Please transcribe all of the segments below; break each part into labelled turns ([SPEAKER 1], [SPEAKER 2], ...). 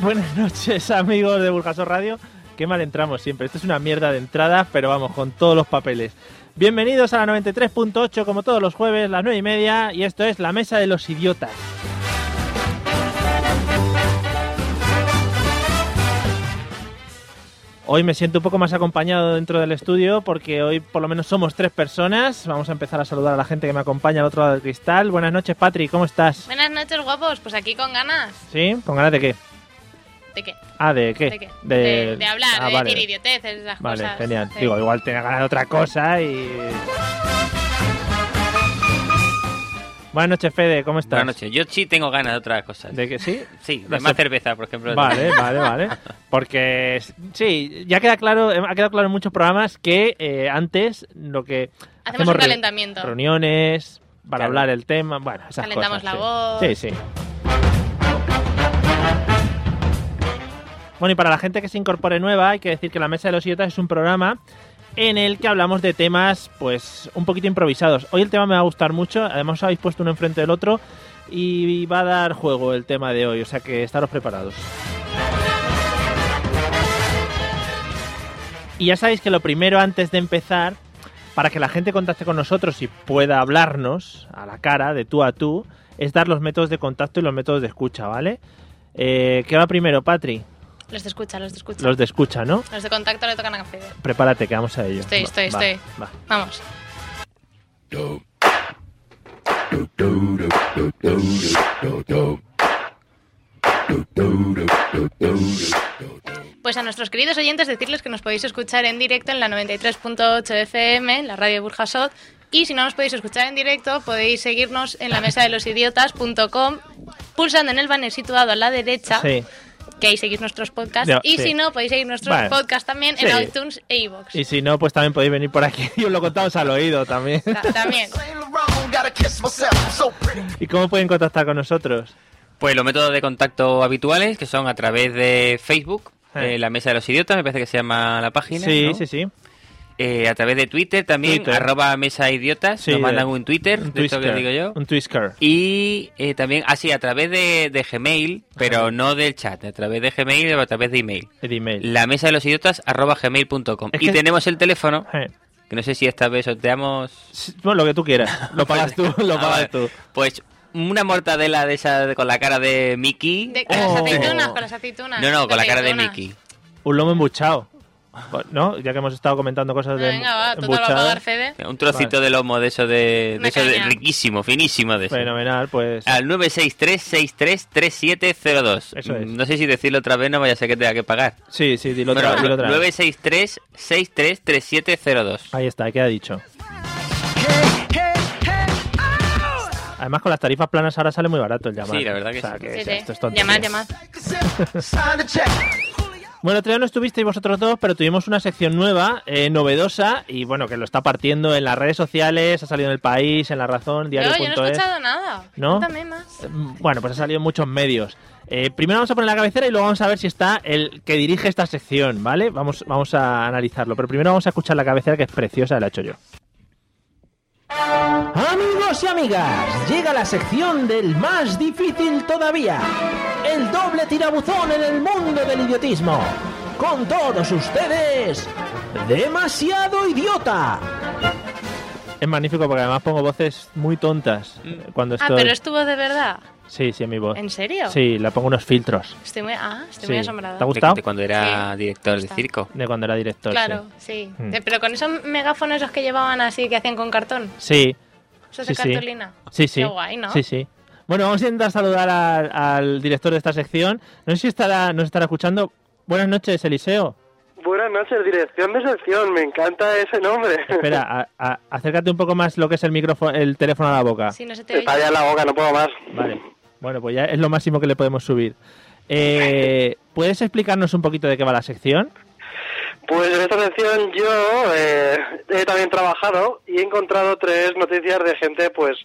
[SPEAKER 1] Buenas noches, amigos de Burjasot Radio. Qué mal entramos siempre. Esto es una mierda de entrada, pero vamos, con todos los papeles. Bienvenidos a la 93.8, como todos los jueves, las 9 y media, y esto es La Mesa de los Idiotas. Hoy me siento un poco más acompañado dentro del estudio porque hoy por lo menos somos tres personas. Vamos a empezar a saludar a la gente que me acompaña al otro lado del cristal. Buenas noches, Patri, ¿cómo estás?
[SPEAKER 2] Buenas noches, guapos. Pues aquí con ganas.
[SPEAKER 1] ¿Sí? ¿Con ganas de qué?
[SPEAKER 2] ¿De qué?
[SPEAKER 1] Ah, ¿de qué?
[SPEAKER 2] ¿De qué? De, de hablar,
[SPEAKER 1] Ah,
[SPEAKER 2] de
[SPEAKER 1] vale.
[SPEAKER 2] decir idioteces, esas
[SPEAKER 1] Vale,
[SPEAKER 2] cosas.
[SPEAKER 1] genial.
[SPEAKER 2] Sí.
[SPEAKER 1] Digo, igual tenía ganas de otra cosa y. Buenas noches, Fede, ¿cómo estás?
[SPEAKER 3] Buenas noches. Yo sí tengo ganas de otras cosas.
[SPEAKER 1] ¿De que sí?
[SPEAKER 3] Sí,
[SPEAKER 1] La
[SPEAKER 3] de más
[SPEAKER 1] se-
[SPEAKER 3] cerveza, por ejemplo.
[SPEAKER 1] Vale, vale, vale. Porque s- sí, ya queda claro, ha quedado claro en muchos programas que eh, antes lo que
[SPEAKER 2] Hacemos un
[SPEAKER 1] reu-
[SPEAKER 2] calentamiento.
[SPEAKER 1] reuniones para
[SPEAKER 3] Claro.
[SPEAKER 1] hablar el tema, bueno, esas
[SPEAKER 2] Calentamos
[SPEAKER 1] cosas.
[SPEAKER 2] la
[SPEAKER 1] sí.
[SPEAKER 2] voz.
[SPEAKER 1] Sí, sí. Bueno, y para la gente que se incorpore nueva, hay que decir que La Mesa de los Idiotas es un programa en el que hablamos de temas, pues, un poquito improvisados. Hoy el tema me va a gustar mucho, además habéis puesto uno enfrente del otro y va a dar juego el tema de hoy, o sea que estaros preparados. Y ya sabéis que lo primero antes de empezar, para que la gente contacte con nosotros y pueda hablarnos a la cara, de tú a tú, es dar los métodos de contacto y los métodos de escucha, ¿vale? Eh, ¿Qué va primero, Patri?
[SPEAKER 2] Los de escucha, los de escucha.
[SPEAKER 1] Los de escucha, ¿no?
[SPEAKER 2] Los de contacto le tocan a Fede.
[SPEAKER 1] Prepárate, que vamos a ello.
[SPEAKER 2] Estoy,
[SPEAKER 1] Va,
[SPEAKER 2] estoy,
[SPEAKER 1] va,
[SPEAKER 2] estoy.
[SPEAKER 1] va.
[SPEAKER 2] Vamos. Pues a nuestros queridos oyentes decirles que nos podéis escuchar en directo en la 93.8 FM, en la radio de Burjasot. Y si no nos podéis escuchar en directo, podéis seguirnos en
[SPEAKER 1] Ah.
[SPEAKER 2] la mesa de los idiotas.com, pulsando en el banner situado a la derecha,
[SPEAKER 1] Sí.
[SPEAKER 2] que ahí seguís nuestros podcasts.
[SPEAKER 1] Ya,
[SPEAKER 2] y
[SPEAKER 1] sí.
[SPEAKER 2] si no, podéis seguir nuestros
[SPEAKER 1] Vale.
[SPEAKER 2] podcasts también
[SPEAKER 1] Sí.
[SPEAKER 2] en iTunes e iVoox.
[SPEAKER 1] Y si no, pues también podéis venir por aquí y os lo contamos al oído también.
[SPEAKER 2] Ta- También.
[SPEAKER 1] ¿Y cómo pueden contactar con nosotros?
[SPEAKER 3] Pues los métodos de contacto habituales, que son a través de Facebook,
[SPEAKER 1] Eh.
[SPEAKER 3] eh, la Mesa de los Idiotas, me parece que se llama la página.
[SPEAKER 1] Sí,
[SPEAKER 3] ¿no?
[SPEAKER 1] sí, sí.
[SPEAKER 3] Eh, a través de Twitter también,
[SPEAKER 1] Twitter.
[SPEAKER 3] arroba Mesa Idiotas,
[SPEAKER 1] Sí,
[SPEAKER 3] nos mandan
[SPEAKER 1] de-
[SPEAKER 3] un Twitter, de esto que digo yo.
[SPEAKER 1] Un Twisker.
[SPEAKER 3] Y eh, también, así, a través de, de Gmail, pero no del chat, a través de Gmail, a través de email.
[SPEAKER 1] El email.
[SPEAKER 3] La Mesa de los Idiotas, arroba gmail.com.
[SPEAKER 1] Es
[SPEAKER 3] Y
[SPEAKER 1] que-
[SPEAKER 3] tenemos el teléfono,
[SPEAKER 1] Eh.
[SPEAKER 3] que no sé si esta vez sorteamos...
[SPEAKER 1] Sí, Bueno, lo que tú quieras. Lo pagas tú, lo
[SPEAKER 3] Ah,
[SPEAKER 1] pagas
[SPEAKER 3] vale.
[SPEAKER 1] tú.
[SPEAKER 3] Pues una mortadela de esa de- con la cara de Mickey.
[SPEAKER 2] De- con
[SPEAKER 1] Oh.
[SPEAKER 2] las aceitunas, con las aceitunas.
[SPEAKER 3] No, no, con la cara de
[SPEAKER 2] aceitunas.
[SPEAKER 3] Mickey.
[SPEAKER 1] Un lomo embuchado. ¿No? Ya que hemos estado comentando cosas de
[SPEAKER 2] Venga, va, tú te lo vas a
[SPEAKER 1] embuchado.
[SPEAKER 2] pagar, Fede.
[SPEAKER 3] Un trocito de lomo de eso de, de
[SPEAKER 2] Una
[SPEAKER 3] eso de-
[SPEAKER 2] caña.
[SPEAKER 3] riquísimo, finísimo de eso.
[SPEAKER 1] Fenomenal, pues.
[SPEAKER 3] Al 963-633702.
[SPEAKER 1] Eso es.
[SPEAKER 3] Mm, No sé si decirlo otra vez, no vaya a ser que tenga que pagar.
[SPEAKER 1] Sí, sí, dilo otra,
[SPEAKER 3] Bueno,
[SPEAKER 1] dilo otra vez.
[SPEAKER 3] 963-633702.
[SPEAKER 1] Ahí está, queda dicho. Además, con las tarifas planas ahora sale muy barato el llamar.
[SPEAKER 3] Sí, la verdad que
[SPEAKER 1] O sea,
[SPEAKER 3] sí.
[SPEAKER 2] Sí, sí.
[SPEAKER 1] esto es tontería.
[SPEAKER 2] Llamad, llamad.
[SPEAKER 4] Oh.
[SPEAKER 1] Bueno, otro día no estuvisteis vosotros dos, pero tuvimos una sección nueva, eh, novedosa, y bueno, que lo está partiendo en las redes sociales, ha salido en El País, en La Razón,
[SPEAKER 2] Yo,
[SPEAKER 1] diario.es.
[SPEAKER 2] yo no he escuchado nada.
[SPEAKER 1] ¿No?
[SPEAKER 2] Cuéntame más.
[SPEAKER 1] Mm, Bueno, pues ha salido en muchos medios. Eh, primero vamos a poner la cabecera y luego vamos a ver si está el que dirige esta sección, ¿vale? Vamos, vamos a analizarlo. Pero primero vamos a escuchar la cabecera que es preciosa, la he hecho yo.
[SPEAKER 5] Amigos y amigas, llega la sección del más difícil todavía, el doble tirabuzón en el mundo del idiotismo. Con todos ustedes, demasiado idiota.
[SPEAKER 1] Es magnífico porque además pongo voces muy tontas eh, cuando
[SPEAKER 2] Ah,
[SPEAKER 1] estoy.
[SPEAKER 2] pero es tu voz de verdad.
[SPEAKER 1] Sí, sí, es mi voz.
[SPEAKER 2] ¿En serio?
[SPEAKER 1] Sí, le pongo unos filtros
[SPEAKER 2] Estoy muy, ah,
[SPEAKER 1] Sí.
[SPEAKER 2] estoy muy
[SPEAKER 1] ¿Te ha
[SPEAKER 2] asombrada.
[SPEAKER 3] De-
[SPEAKER 1] gustado?
[SPEAKER 3] de cuando era
[SPEAKER 2] Sí.
[SPEAKER 3] director de
[SPEAKER 2] Gusta.
[SPEAKER 3] circo.
[SPEAKER 1] de cuando era director. sí.
[SPEAKER 2] Claro, sí.
[SPEAKER 1] Mm.
[SPEAKER 2] Eh, Pero con esos megáfonos esos que llevaban así, que hacían con cartón.
[SPEAKER 1] Sí,
[SPEAKER 2] Eso es
[SPEAKER 1] Sí,
[SPEAKER 2] de
[SPEAKER 1] sí.
[SPEAKER 2] cartolina.
[SPEAKER 1] sí, sí.
[SPEAKER 2] Qué guay, ¿no?
[SPEAKER 1] Sí, sí. Bueno, vamos a intentar saludar al, al director de esta sección. No sé si estará, nos estará escuchando. Buenas noches, Eliseo.
[SPEAKER 6] Buenas noches, dirección de sección, me encanta ese nombre.
[SPEAKER 1] Espera, a- a- acércate un poco más lo que es el micrófono, el teléfono a la boca.
[SPEAKER 2] Si no se te oye.
[SPEAKER 6] Está ya en la boca, no puedo más.
[SPEAKER 1] Vale. Bueno, pues ya es lo máximo que le podemos subir. Eh, ¿Puedes explicarnos un poquito de qué va la sección?
[SPEAKER 6] Pues en esta sección yo eh, he también trabajado y he encontrado tres noticias de gente pues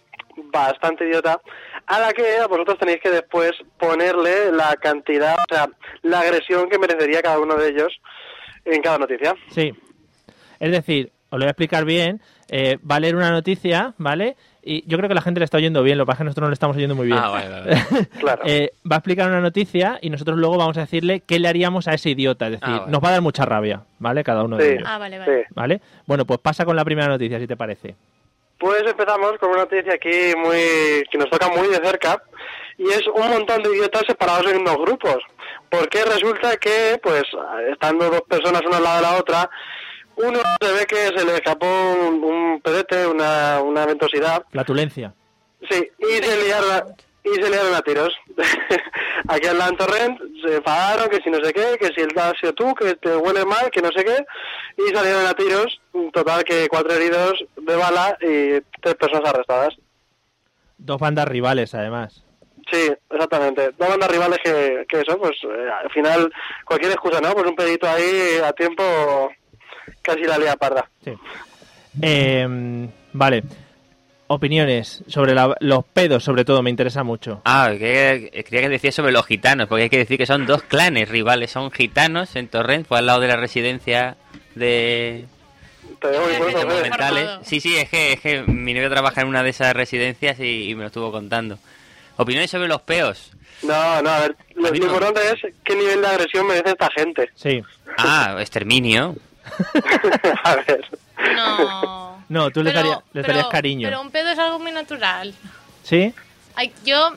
[SPEAKER 6] bastante idiota a la que a vosotros tenéis que después ponerle la cantidad, o sea, la agresión que merecería cada uno de ellos en cada noticia.
[SPEAKER 1] Sí. Es decir, os lo voy a explicar bien. Eh, va a leer una noticia, ¿vale? Y yo creo que la gente le está oyendo bien, lo que pasa es que nosotros no le estamos oyendo muy bien.
[SPEAKER 3] Ah, vale, vale, vale.
[SPEAKER 6] Claro.
[SPEAKER 1] Eh, va a explicar una noticia y nosotros luego vamos a decirle qué le haríamos a ese idiota. Es decir,
[SPEAKER 3] Ah, vale.
[SPEAKER 1] nos va a dar mucha rabia, ¿vale? Cada uno de
[SPEAKER 6] Sí.
[SPEAKER 1] ellos.
[SPEAKER 2] Ah, vale, vale.
[SPEAKER 6] Sí.
[SPEAKER 1] ¿Vale? Bueno, pues pasa con la primera noticia, si te parece.
[SPEAKER 6] Pues empezamos con una noticia aquí muy que nos toca muy de cerca y es un montón de idiotas separados en dos grupos. Porque resulta que, pues, estando dos personas una al lado de la otra, uno se ve que se le escapó un, un pedete, una, una ventosidad,
[SPEAKER 1] Flatulencia.
[SPEAKER 6] Sí, y se liaron a, y se liaron a tiros. Aquí al lado en Torrent se enfadaron que si no sé qué, que si el has sido tú, que te huele mal, que no sé qué, y salieron a tiros. Total que cuatro heridos de bala y tres personas arrestadas.
[SPEAKER 1] Dos bandas rivales, además.
[SPEAKER 6] Sí, exactamente. Dos bandas rivales que, que eso, pues eh, al final cualquier excusa, ¿no? Pues un pedito ahí a tiempo casi la lía parda.
[SPEAKER 1] Sí. Eh, vale. Opiniones sobre la- los pedos, sobre todo, me interesa mucho.
[SPEAKER 3] Ah, que- que- creía que decía sobre los gitanos, porque hay que decir que son dos clanes rivales. Son gitanos en Torrent, fue al lado de la residencia de
[SPEAKER 6] Te digo que por eso,
[SPEAKER 2] Yo creo que
[SPEAKER 6] eh,
[SPEAKER 2] mejor-
[SPEAKER 3] documentales.
[SPEAKER 2] todo.
[SPEAKER 3] Sí, sí, es que, es que mi novio trabaja en una de esas residencias y, y me lo estuvo contando. Opiniones sobre los peos.
[SPEAKER 6] No, no, a ver, lo,
[SPEAKER 3] A mí
[SPEAKER 6] lo
[SPEAKER 3] no.
[SPEAKER 6] importante es qué nivel de agresión merece esta gente.
[SPEAKER 1] Sí.
[SPEAKER 3] Ah, exterminio.
[SPEAKER 6] a ver.
[SPEAKER 2] No.
[SPEAKER 1] No, tú le
[SPEAKER 2] Pero-
[SPEAKER 1] darías- le
[SPEAKER 2] pero-
[SPEAKER 1] darías cariño.
[SPEAKER 2] Pero un pedo es algo muy natural.
[SPEAKER 1] ¿Sí?
[SPEAKER 2] Hay, yo.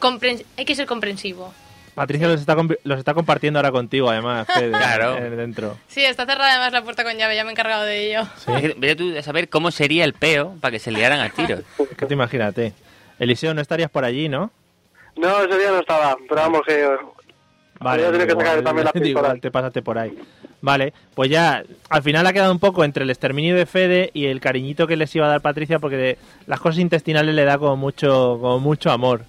[SPEAKER 2] compren- hay que ser comprensivo.
[SPEAKER 1] Patricia los está, compi- los está compartiendo ahora contigo, además. Fede,
[SPEAKER 3] Claro.
[SPEAKER 1] eh, dentro.
[SPEAKER 2] Sí, está cerrada además la puerta con llave, ya me he encargado de ello.
[SPEAKER 3] Es que Vete tú a saber cómo sería el peo para que se liaran a tiros.
[SPEAKER 1] Es que te imagínate. Eliseo, no estarías por allí, ¿no?
[SPEAKER 6] No, ese día no estaba, pero vamos que... Yo tengo que
[SPEAKER 1] igual-
[SPEAKER 6] sacar también la pistola.
[SPEAKER 1] igual te pasaste por ahí. Vale, pues ya, al final ha quedado un poco entre el exterminio de Fede y el cariñito que les iba a dar Patricia, porque de- las cosas intestinales le da como mucho, como mucho amor.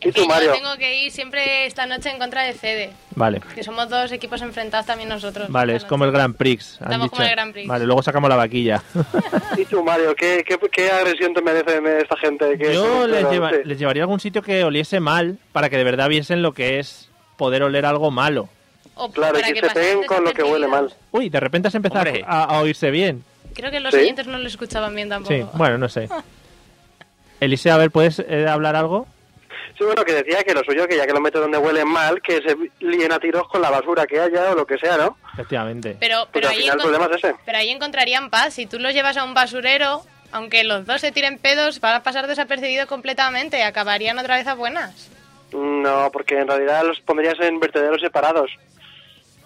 [SPEAKER 6] ¿Y
[SPEAKER 2] Y
[SPEAKER 6] tú, Mario?
[SPEAKER 2] yo tengo que ir siempre esta noche en contra de Fede.
[SPEAKER 1] Vale,
[SPEAKER 2] Que somos dos equipos enfrentados también nosotros.
[SPEAKER 1] vale, es
[SPEAKER 2] esta
[SPEAKER 1] como el
[SPEAKER 2] noche.
[SPEAKER 1] Grand Prix. han
[SPEAKER 2] Estamos como
[SPEAKER 1] dicho.
[SPEAKER 2] el Grand Prix.
[SPEAKER 1] Vale, luego sacamos la vaquilla.
[SPEAKER 6] ¿Y tú, Mario? ¿Qué, qué, qué agresión te merece esta gente? ¿Qué-
[SPEAKER 1] Yo les,
[SPEAKER 6] pero,
[SPEAKER 1] lleva-
[SPEAKER 6] sí.
[SPEAKER 1] les llevaría a algún sitio que oliese mal para que de verdad viesen lo que es poder oler algo malo.
[SPEAKER 2] O
[SPEAKER 6] Claro,
[SPEAKER 2] para
[SPEAKER 6] que se
[SPEAKER 2] pasen
[SPEAKER 6] peguen con lo que huele mal.
[SPEAKER 2] desapercibidos.
[SPEAKER 1] Uy, de repente has empezado
[SPEAKER 3] Hombre.
[SPEAKER 1] a, a oírse bien.
[SPEAKER 2] Creo que los
[SPEAKER 6] Sí.
[SPEAKER 2] oyentes no lo escuchaban bien tampoco.
[SPEAKER 1] Sí, bueno, no sé. Eliseo, a ver, ¿puedes eh, hablar algo?
[SPEAKER 6] Sí, bueno, que decía que lo suyo, que ya que lo meto donde huele mal, que se líen a tiros con la basura que haya o lo que sea, ¿no?
[SPEAKER 1] Efectivamente.
[SPEAKER 2] Pero,
[SPEAKER 6] Pues
[SPEAKER 2] pero,
[SPEAKER 6] al
[SPEAKER 2] ahí
[SPEAKER 6] final el
[SPEAKER 2] encon-
[SPEAKER 6] problema es ese.
[SPEAKER 2] pero ahí encontrarían paz. Si tú los llevas a un basurero, aunque los dos se tiren pedos, van a pasar desapercibidos completamente. Acabarían otra vez a buenas.
[SPEAKER 6] No, porque en realidad los pondrías en vertederos separados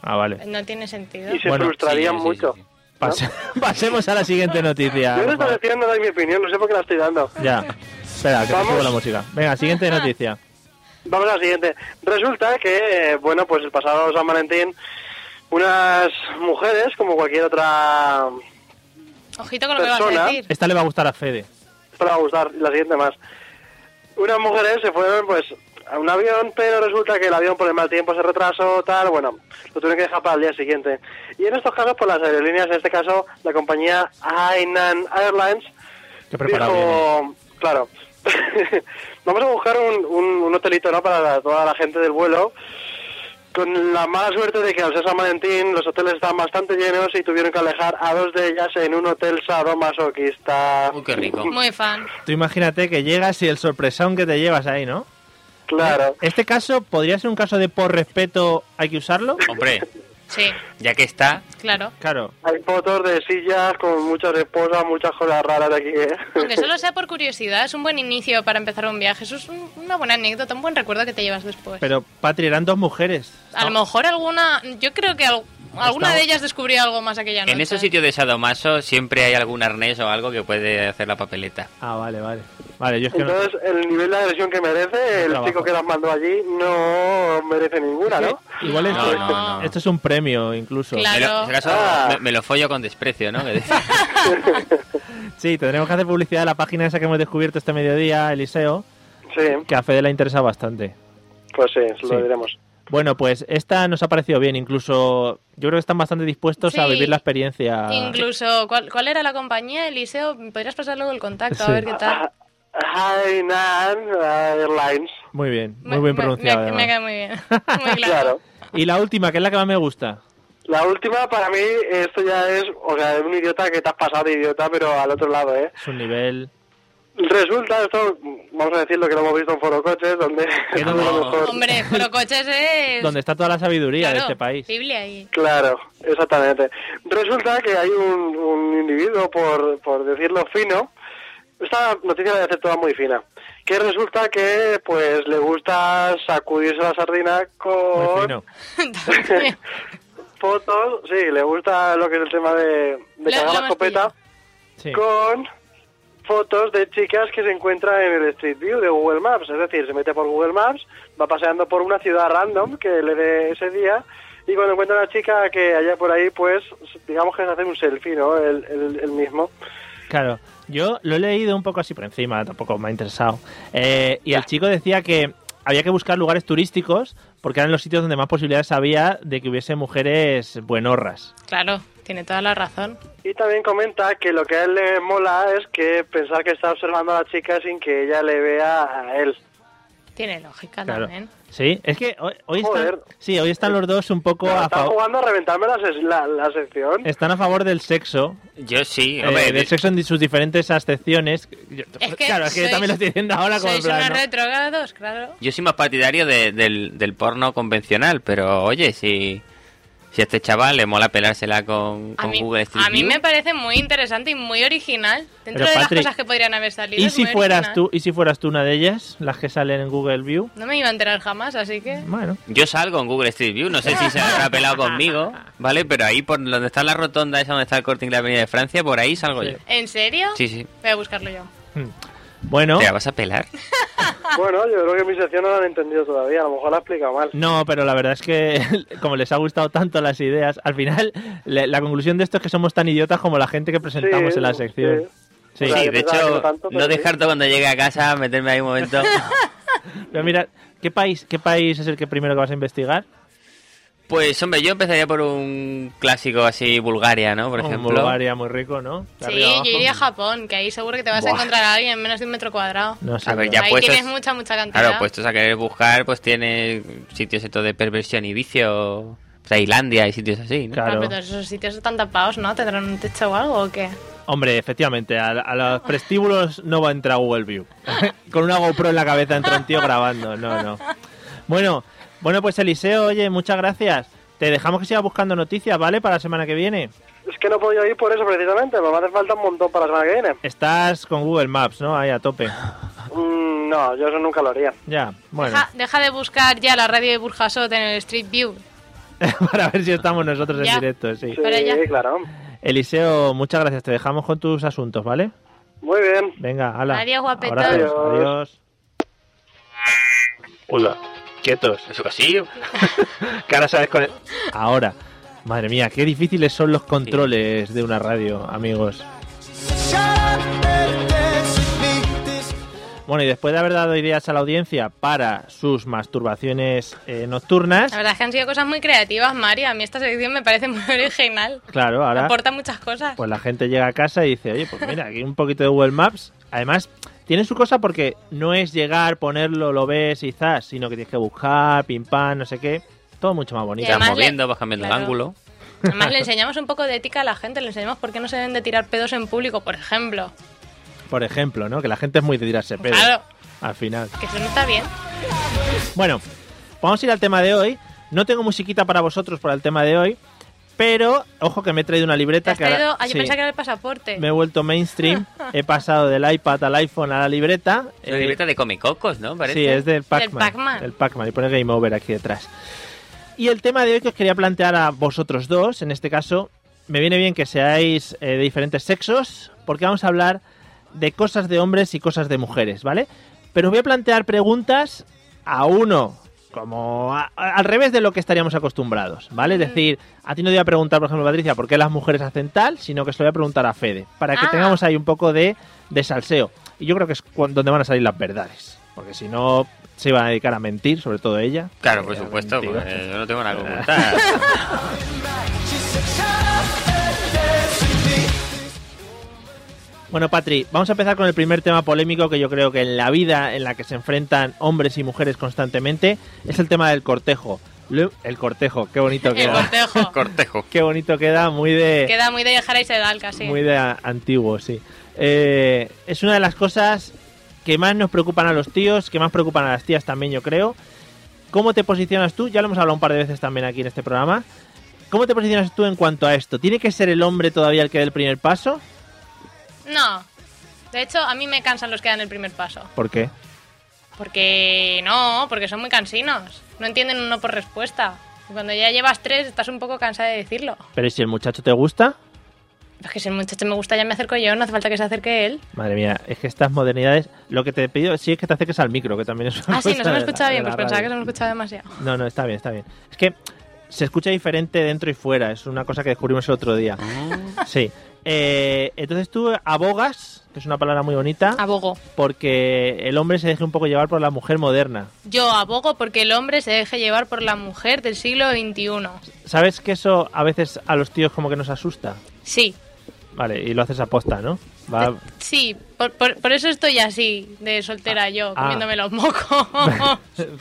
[SPEAKER 1] Ah, vale.
[SPEAKER 2] No tiene sentido.
[SPEAKER 6] y se
[SPEAKER 1] Bueno,
[SPEAKER 6] frustrarían
[SPEAKER 3] sí, sí,
[SPEAKER 6] mucho.
[SPEAKER 3] sí, sí.
[SPEAKER 1] Pase- Pasemos a la siguiente noticia.
[SPEAKER 6] Yo no
[SPEAKER 1] por
[SPEAKER 6] estoy
[SPEAKER 1] favor.
[SPEAKER 6] diciendo dar mi opinión, no sé por qué la estoy dando.
[SPEAKER 1] Ya. Espera, que te
[SPEAKER 6] Vamos.
[SPEAKER 1] subo la música. Venga, siguiente noticia.
[SPEAKER 6] Vamos a la siguiente. Resulta que, eh, bueno, pues el pasado San Valentín, unas mujeres, como cualquier otra
[SPEAKER 2] Ojito con lo que
[SPEAKER 6] persona-
[SPEAKER 2] vas a decir.
[SPEAKER 1] Esta le va a gustar a Fede.
[SPEAKER 6] Esto le va a gustar, la siguiente más. Unas mujeres se fueron, pues, a un avión, pero resulta que el avión por el mal tiempo se retrasó, tal, bueno, lo tuvieron que dejar para el día siguiente. Y en estos casos, por las aerolíneas, en este caso, la compañía Hainan Airlines,
[SPEAKER 1] Qué preparado
[SPEAKER 6] dijo, claro, vamos a buscar un, un- un hotelito, ¿no?, para la- toda la gente del vuelo, con la mala suerte de que al ser San Valentín los hoteles estaban bastante llenos y tuvieron que alejar a dos de ellas en un hotel sadomasoquista.
[SPEAKER 3] Uy, qué rico.
[SPEAKER 2] Muy fan.
[SPEAKER 1] Tú imagínate que llegas y el sorpresón que te llevas ahí, ¿no?
[SPEAKER 6] Claro.
[SPEAKER 1] Este caso podría ser un caso de por respeto hay que usarlo.
[SPEAKER 3] Hombre,
[SPEAKER 2] Sí.
[SPEAKER 3] ya que está,
[SPEAKER 2] claro.
[SPEAKER 1] Claro.
[SPEAKER 6] Hay fotos de sillas con muchas esposas, muchas cosas raras de aquí. ¿eh?
[SPEAKER 2] Aunque solo sea por curiosidad, es un buen inicio para empezar un viaje. Eso es un- una buena anécdota, un buen recuerdo que te llevas después.
[SPEAKER 1] Pero, Patri, eran dos mujeres.
[SPEAKER 2] a lo mejor alguna. Yo creo que al- alguna de ellas descubrió algo más aquella noche.
[SPEAKER 3] En esos sitios de Sadomaso siempre hay algún arnés o algo que puede hacer la papeleta.
[SPEAKER 1] Ah, vale, vale. Vale, yo es que no...
[SPEAKER 6] Entonces, el nivel de agresión que merece el
[SPEAKER 1] trabajo.
[SPEAKER 6] chico que las mandó allí no merece ninguna, ¿no?
[SPEAKER 1] Igual
[SPEAKER 3] No,
[SPEAKER 1] esto,
[SPEAKER 3] no, no.
[SPEAKER 1] esto es un premio, incluso.
[SPEAKER 2] Claro.
[SPEAKER 3] Me lo, en ese caso,
[SPEAKER 6] Ah.
[SPEAKER 3] me, me lo follo con desprecio, ¿no? Que-
[SPEAKER 1] Sí, tendremos que hacer publicidad de la página esa que hemos descubierto este mediodía, Eliseo,
[SPEAKER 6] Sí,
[SPEAKER 1] que a Fede la interesa bastante.
[SPEAKER 6] pues sí, se lo
[SPEAKER 1] Sí.
[SPEAKER 6] diremos.
[SPEAKER 1] Bueno, pues esta nos ha parecido bien, incluso yo creo que están bastante dispuestos a
[SPEAKER 2] Sí.
[SPEAKER 1] vivir la experiencia.
[SPEAKER 2] Incluso, ¿cuál, cuál era la compañía? Eliseo, podrías pasar luego el
[SPEAKER 1] Sí.
[SPEAKER 2] contacto a ver qué tal.
[SPEAKER 6] Hainan Airlines,
[SPEAKER 1] Muy bien,
[SPEAKER 2] Me-
[SPEAKER 1] muy bien
[SPEAKER 2] me-
[SPEAKER 1] pronunciado.
[SPEAKER 2] Me, me
[SPEAKER 1] además.
[SPEAKER 2] cae muy bien. Muy claro.
[SPEAKER 6] claro.
[SPEAKER 1] Y la última, que es la que más me gusta.
[SPEAKER 6] La última para mí, esto ya es, o sea, es un idiota que te has pasado de idiota, pero al otro lado, ¿eh?
[SPEAKER 1] Es un nivel.
[SPEAKER 6] Resulta, esto, vamos a decirlo que lo hemos visto en Foro Coches, donde...
[SPEAKER 1] Que no,
[SPEAKER 6] a lo mejor-
[SPEAKER 2] Hombre, pero coches es.
[SPEAKER 1] Donde está toda la sabiduría
[SPEAKER 2] claro,
[SPEAKER 1] de este país.
[SPEAKER 2] Biblia y.
[SPEAKER 6] Claro, exactamente. Resulta que hay un, un individuo, por, por decirlo fino, esta noticia la voy a hacer toda muy fina, que resulta que pues le gusta sacudirse la sardina
[SPEAKER 1] Muy
[SPEAKER 6] con
[SPEAKER 1] fino.
[SPEAKER 2] También.
[SPEAKER 6] fotos, sí, le gusta lo que es el tema de, de
[SPEAKER 2] La-
[SPEAKER 6] cagar
[SPEAKER 2] la
[SPEAKER 6] la escopeta,
[SPEAKER 1] Sí.
[SPEAKER 6] con fotos de chicas que se encuentran en el Street View de Google Maps. Es decir, se mete por Google Maps, va paseando por una ciudad random que le dé ese día y cuando encuentra una chica que haya por ahí, pues digamos que se hace un selfie, ¿no? El, el- el mismo.
[SPEAKER 1] Claro, yo lo he leído un poco así por encima, tampoco me ha interesado. Eh, y el chico decía que había que buscar lugares turísticos porque eran los sitios donde más posibilidades había de que hubiese mujeres buenorras.
[SPEAKER 2] Claro, tiene toda la razón.
[SPEAKER 6] Y también comenta que lo que a él le mola es que pensar que está observando a la chica sin que ella le vea a él.
[SPEAKER 2] Tiene lógica
[SPEAKER 1] Claro.
[SPEAKER 2] también.
[SPEAKER 1] Sí, es que hoy, hoy están,
[SPEAKER 6] Joder.
[SPEAKER 1] sí, hoy están los dos un poco a
[SPEAKER 6] Está
[SPEAKER 1] favor.
[SPEAKER 6] jugando a reventarme la, ses- la, la sección.
[SPEAKER 1] Están a favor del sexo,
[SPEAKER 3] Yo sí,
[SPEAKER 1] eh,
[SPEAKER 3] hombre.
[SPEAKER 1] del sexo en sus diferentes acepciones. Yo-
[SPEAKER 2] Es que
[SPEAKER 1] claro, es que
[SPEAKER 2] sois-
[SPEAKER 1] también lo estoy diciendo ahora como en
[SPEAKER 2] Sois
[SPEAKER 1] plan,
[SPEAKER 2] unos
[SPEAKER 1] ¿no?
[SPEAKER 2] retrógrados, claro.
[SPEAKER 3] Yo soy más partidario de- del, del porno convencional, pero oye, si, si a este chaval le mola pelársela con,
[SPEAKER 2] A
[SPEAKER 3] con
[SPEAKER 2] mí,
[SPEAKER 3] Google Street
[SPEAKER 2] a mí
[SPEAKER 3] View,
[SPEAKER 2] me parece muy interesante y muy original. Dentro
[SPEAKER 1] Pero,
[SPEAKER 2] de
[SPEAKER 1] Patri,
[SPEAKER 2] las cosas que podrían haber salido.
[SPEAKER 1] ¿Y
[SPEAKER 2] es
[SPEAKER 1] si
[SPEAKER 2] muy
[SPEAKER 1] fueras
[SPEAKER 2] original.
[SPEAKER 1] tú, y si fueras tú una de ellas, las que salen en Google View?
[SPEAKER 2] No me iba a enterar jamás, así que.
[SPEAKER 1] Bueno,
[SPEAKER 3] Yo salgo en Google Street View, no sé si se habrá pelado conmigo, ¿vale? Pero ahí por donde está la rotonda, esa donde está el corte inglés de Avenida de Francia, por ahí salgo
[SPEAKER 1] Sí.
[SPEAKER 3] yo.
[SPEAKER 2] ¿En serio?
[SPEAKER 3] Sí, sí.
[SPEAKER 2] Voy a buscarlo yo.
[SPEAKER 1] bueno.
[SPEAKER 3] ¿Te la vas a pelar?
[SPEAKER 6] Bueno, yo creo que mi sección no la han entendido todavía, a lo mejor la he explicado mal.
[SPEAKER 1] No, pero la verdad es que como les ha gustado tanto las ideas, al final le- la conclusión de esto es que somos tan idiotas como la gente que presentamos
[SPEAKER 6] Sí,
[SPEAKER 1] en la
[SPEAKER 6] sí.
[SPEAKER 1] sección. Sí,
[SPEAKER 6] O sea,
[SPEAKER 3] Sí,
[SPEAKER 6] yo
[SPEAKER 3] de
[SPEAKER 6] pensaba que
[SPEAKER 3] hecho,
[SPEAKER 6] no tanto, pero
[SPEAKER 3] no
[SPEAKER 6] sí.
[SPEAKER 3] descarto cuando llegue a casa meterme ahí un momento.
[SPEAKER 1] Pero mira, ¿qué país, ¿qué país es el que primero que vas a investigar?
[SPEAKER 3] Pues hombre, yo empezaría por un clásico así, Bulgaria, ¿no? Por
[SPEAKER 1] Un
[SPEAKER 3] ejemplo.
[SPEAKER 1] Bulgaria muy rico, ¿no? De
[SPEAKER 2] Sí,
[SPEAKER 1] arriba
[SPEAKER 2] yo
[SPEAKER 1] abajo.
[SPEAKER 2] iría a Japón, que ahí seguro que te vas a
[SPEAKER 3] Buah.
[SPEAKER 2] encontrar a alguien en menos de un metro cuadrado.
[SPEAKER 1] No sé.
[SPEAKER 3] A ver,
[SPEAKER 1] no.
[SPEAKER 3] Ya
[SPEAKER 2] ahí
[SPEAKER 3] puestos-
[SPEAKER 2] tienes mucha, mucha cantidad.
[SPEAKER 3] Claro, puestos a querer buscar, pues tiene sitios estos de perversión y vicio. Tailandia y sitios así, ¿no?
[SPEAKER 1] Claro.
[SPEAKER 2] Ah, pero todos esos sitios están tapados, ¿no? ¿Tendrán un techo o algo o qué?
[SPEAKER 1] Hombre, efectivamente, a, a los prestíbulos no va a entrar Google View. Con una GoPro en la cabeza entra un tío grabando. No, no. Bueno, bueno, pues Eliseo, oye, muchas gracias. Te dejamos que sigas buscando noticias, ¿vale? Para la semana que viene.
[SPEAKER 6] Es que no he podido ir por eso precisamente, me va a hacer falta un montón para la semana que viene.
[SPEAKER 1] Estás con Google Maps, ¿no? Ahí a tope.
[SPEAKER 6] Mm, no, yo eso nunca lo haría.
[SPEAKER 1] Ya, bueno.
[SPEAKER 2] Deja, deja de buscar ya la radio de Burjasot en el Street View.
[SPEAKER 1] Para ver si estamos nosotros en
[SPEAKER 2] Ya.
[SPEAKER 1] directo, sí.
[SPEAKER 6] Sí,
[SPEAKER 2] Pero ya-
[SPEAKER 6] claro.
[SPEAKER 1] Eliseo, muchas gracias. Te dejamos con tus asuntos, ¿vale?
[SPEAKER 6] Muy bien.
[SPEAKER 1] Venga, hala.
[SPEAKER 2] Adiós, guapetón.
[SPEAKER 1] Abrazos,
[SPEAKER 6] Adiós.
[SPEAKER 1] Adiós. Hola. Quietos.
[SPEAKER 3] Eso así.
[SPEAKER 1] Que ahora sabes con Ahora. Madre mía, qué difíciles son los controles de una radio, amigos. Bueno, y después de haber dado ideas a la audiencia para sus masturbaciones eh, nocturnas,
[SPEAKER 2] La verdad es que han sido cosas muy creativas, Mari. A mí esta sección me parece muy original.
[SPEAKER 1] claro, ahora...
[SPEAKER 2] Aporta muchas cosas.
[SPEAKER 1] Pues la gente llega a casa y dice, oye, pues mira, aquí un poquito de Google Maps. Además, tiene su cosa porque no es llegar, ponerlo, lo ves y zas, sino que tienes que buscar, pim pam, no sé qué. Todo mucho más
[SPEAKER 2] Y
[SPEAKER 1] bonito.
[SPEAKER 3] Estás
[SPEAKER 2] además le-
[SPEAKER 3] moviendo, vas cambiando el
[SPEAKER 2] claro.
[SPEAKER 3] ángulo.
[SPEAKER 2] Además, le enseñamos un poco de ética a la gente. Le enseñamos por qué no se deben de tirar pedos en público, por ejemplo.
[SPEAKER 1] Por ejemplo, ¿no? Que la gente es muy de tirarse pedos.
[SPEAKER 2] Claro,
[SPEAKER 1] Al final.
[SPEAKER 2] que eso no está bien.
[SPEAKER 1] Bueno, vamos a ir al tema de hoy. No tengo musiquita para vosotros para el tema de hoy, Pero, ojo que me he traído una libreta
[SPEAKER 2] ¿Te has
[SPEAKER 1] que ahora-
[SPEAKER 2] traído? Ah, yo
[SPEAKER 1] sí.
[SPEAKER 2] pensaba que era el pasaporte.
[SPEAKER 1] me he vuelto mainstream, he pasado del iPad al iPhone a la libreta.
[SPEAKER 3] Es una
[SPEAKER 1] eh,
[SPEAKER 3] libreta de come cocos, ¿no? Parece.
[SPEAKER 1] Sí, es del Pac-Man.
[SPEAKER 2] Pac-Man.
[SPEAKER 1] El Pac-Man. Y pone Game Over aquí detrás. Y el tema de hoy que os quería plantear a vosotros dos, en este caso, me viene bien que seáis eh, de diferentes sexos, porque vamos a hablar de cosas de hombres y cosas de mujeres, ¿vale? Pero os voy a plantear preguntas a uno, como a- a- al revés de lo que estaríamos acostumbrados, ¿vale? Es decir, a ti no te voy a preguntar, por ejemplo, Patricia, por qué las mujeres hacen tal, sino que se lo voy a preguntar a Fede, para que
[SPEAKER 2] Ah.
[SPEAKER 1] tengamos ahí un poco de, de salseo. Y yo creo que es cuan- donde van a salir las verdades, porque si no se iban a dedicar a mentir, sobre todo ella.
[SPEAKER 3] Claro, por
[SPEAKER 1] Eh,
[SPEAKER 3] supuesto.
[SPEAKER 1] mentira.
[SPEAKER 3] pues, yo no tengo nada que ocultar.
[SPEAKER 1] Bueno, Patri, vamos a empezar con el primer tema polémico que yo creo que en la vida en la que se enfrentan hombres y mujeres constantemente es el tema del cortejo. Lo- El cortejo, qué bonito
[SPEAKER 2] El
[SPEAKER 1] queda.
[SPEAKER 2] cortejo.
[SPEAKER 3] Cortejo.
[SPEAKER 1] Qué bonito queda, muy de,
[SPEAKER 2] Queda muy de dejar y se da casi.
[SPEAKER 1] muy de a- antiguo, sí. Eh, es una de las cosas que más nos preocupan a los tíos, que más preocupan a las tías también, yo creo. ¿Cómo te posicionas tú? Ya lo hemos hablado un par de veces también aquí en este programa. ¿Cómo te posicionas tú en cuanto a esto? ¿Tiene que ser el hombre todavía el que dé el primer paso?
[SPEAKER 2] No. De hecho, a mí me cansan los que dan el primer paso.
[SPEAKER 1] ¿Por qué?
[SPEAKER 2] Porque no, porque son muy cansinos. No entienden un no por respuesta. Y Cuando ya llevas tres, estás un poco cansada de decirlo.
[SPEAKER 1] Pero ¿y si el muchacho te gusta,
[SPEAKER 2] Es que si el muchacho me gusta, ya me acerco yo, no hace falta que se acerque él.
[SPEAKER 1] Madre mía, es que estas modernidades. Lo que te he pedido sí es que te acerques al micro, que también es una
[SPEAKER 2] Ah,
[SPEAKER 1] cosa
[SPEAKER 2] sí, nos hemos
[SPEAKER 1] de la-
[SPEAKER 2] escuchado
[SPEAKER 1] de
[SPEAKER 2] bien,
[SPEAKER 1] la
[SPEAKER 2] pues pensaba que
[SPEAKER 1] radio.
[SPEAKER 2] nos hemos escuchado demasiado.
[SPEAKER 1] No, no, está bien, está bien. Es que se escucha diferente dentro y fuera, es una cosa que descubrimos el otro día. Sí. Eh, entonces tú abogas, que es una palabra muy bonita,
[SPEAKER 2] Abogo.
[SPEAKER 1] porque el hombre se deje un poco llevar por la mujer moderna.
[SPEAKER 2] Yo abogo porque el hombre se deje llevar por la mujer del siglo XXI.
[SPEAKER 1] ¿Sabes que eso a veces a los tíos como que nos asusta?
[SPEAKER 2] Sí,
[SPEAKER 1] Vale, y lo haces aposta, ¿no? Va,
[SPEAKER 2] sí, por, por- por eso estoy así, de soltera yo,
[SPEAKER 1] ah.
[SPEAKER 2] comiéndome los mocos.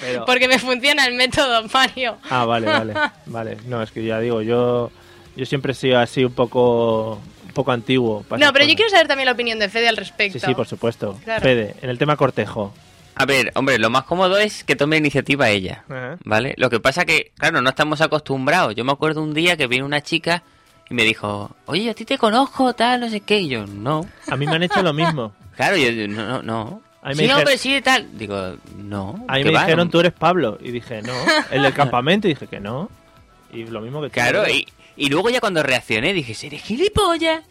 [SPEAKER 1] Pero-
[SPEAKER 2] Porque me funciona el método, Mario.
[SPEAKER 1] Ah, vale, vale, vale. No, es que ya digo, yo, yo siempre he sido así un poco, un poco antiguo. para
[SPEAKER 2] No,
[SPEAKER 1] esas
[SPEAKER 2] pero yo
[SPEAKER 1] cosas.
[SPEAKER 2] quiero saber también la opinión de Fede al respecto.
[SPEAKER 1] Sí, sí, por supuesto.
[SPEAKER 2] Claro.
[SPEAKER 1] Fede, en el tema cortejo.
[SPEAKER 3] A ver, hombre, lo más cómodo es que tome iniciativa ella.
[SPEAKER 1] Ajá.
[SPEAKER 3] ¿Vale? Lo que pasa que, claro, no estamos acostumbrados. Yo me acuerdo un día que vino una chica y me dijo, oye, a ti te conozco, tal, no sé qué. Y yo, no.
[SPEAKER 1] A mí me han hecho lo mismo.
[SPEAKER 3] Claro, yo, yo, no, no, no.
[SPEAKER 1] A mí me
[SPEAKER 3] sí,
[SPEAKER 1] dijeron-
[SPEAKER 3] hombre, sí, tal. Digo, no.
[SPEAKER 1] A mí
[SPEAKER 3] ¿qué
[SPEAKER 1] me
[SPEAKER 3] va?
[SPEAKER 1] dijeron,
[SPEAKER 3] No-
[SPEAKER 1] tú eres Pablo. Y dije, no. El del campamento, y dije que no. Y lo mismo que tú.
[SPEAKER 3] Claro, y, y luego ya cuando reaccioné dije, ¿eres gilipollas?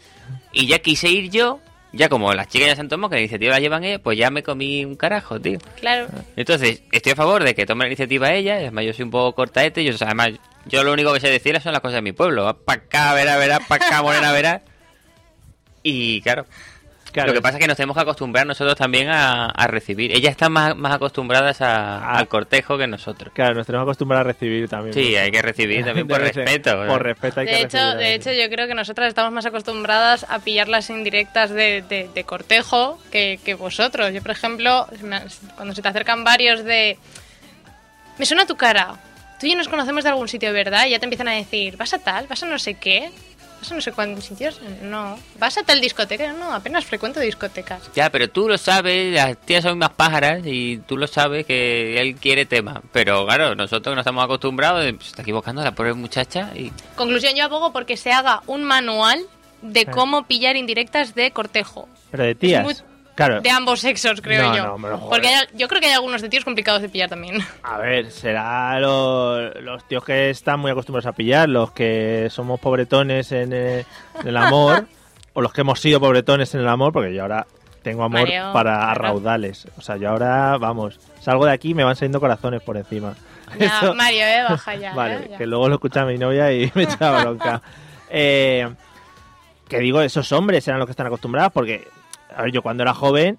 [SPEAKER 3] Y ya quise ir yo, ya como las chicas ya se han tomado, que la iniciativa la llevan ellas, pues ya me comí un carajo, tío.
[SPEAKER 2] Claro.
[SPEAKER 3] Entonces, estoy a favor de que tome la iniciativa ella, además yo soy un poco cortaete, yo, o sea, además yo lo único que sé decir son las cosas de mi pueblo, va pa' acá, verá, verá, ah, pa' acá, morena, verá. Y claro,
[SPEAKER 1] Claro,
[SPEAKER 3] lo que pasa es que nos tenemos que acostumbrar nosotros también a, a recibir. Ellas están más, más acostumbradas a-
[SPEAKER 1] Ah.
[SPEAKER 3] al cortejo que nosotros.
[SPEAKER 1] Claro, nos tenemos que acostumbrar a recibir también.
[SPEAKER 3] Sí, hay que recibir también por
[SPEAKER 1] Debe ser.
[SPEAKER 3] respeto. ¿no?
[SPEAKER 1] Por respeto hay que
[SPEAKER 2] De hecho,
[SPEAKER 1] recibir a
[SPEAKER 2] de hecho,
[SPEAKER 1] veces.
[SPEAKER 2] yo creo que nosotras estamos más acostumbradas a pillar las indirectas de, de- de cortejo que, que vosotros. Yo, por ejemplo, se me- cuando se te acercan varios de... Me suena tu cara. Tú y yo nos conocemos de algún sitio, ¿verdad? Y ya te empiezan a decir, ¿vas a tal? ¿Vas a no sé qué? ¿Vas a no sé cuántos sitios? No. ¿Vas a tal discoteca? No, apenas frecuento discotecas.
[SPEAKER 3] Ya, pero tú lo sabes, las tías son más pájaras y tú lo sabes que él quiere tema. Pero claro, nosotros que no estamos acostumbrados, eh, se está equivocando la pobre muchacha y...
[SPEAKER 2] Conclusión, yo abogo porque se haga un manual de cómo pillar indirectas de cortejo.
[SPEAKER 1] Pero de tías.
[SPEAKER 2] Es muy-
[SPEAKER 1] Claro.
[SPEAKER 2] De ambos sexos, creo
[SPEAKER 1] No,
[SPEAKER 2] yo.
[SPEAKER 1] no, hombre, joder.
[SPEAKER 2] Porque hay- yo creo que hay algunos de tíos complicados de pillar también.
[SPEAKER 1] A ver, será lo- los tíos que están muy acostumbrados a pillar, los que somos pobretones en, eh, en el amor, o los que hemos sido pobretones en el amor, porque yo ahora tengo amor
[SPEAKER 2] Mario,
[SPEAKER 1] para
[SPEAKER 2] claro.
[SPEAKER 1] raudales. O sea, yo ahora, vamos, salgo de aquí y me van saliendo corazones por encima.
[SPEAKER 2] Ya,
[SPEAKER 1] Eso-
[SPEAKER 2] Mario, eh, baja ya.
[SPEAKER 1] vale,
[SPEAKER 2] eh, ya.
[SPEAKER 1] que luego lo escucha mi novia y me echa bronca. Eh, que digo, esos hombres eran los que están acostumbrados, porque a ver, yo cuando era joven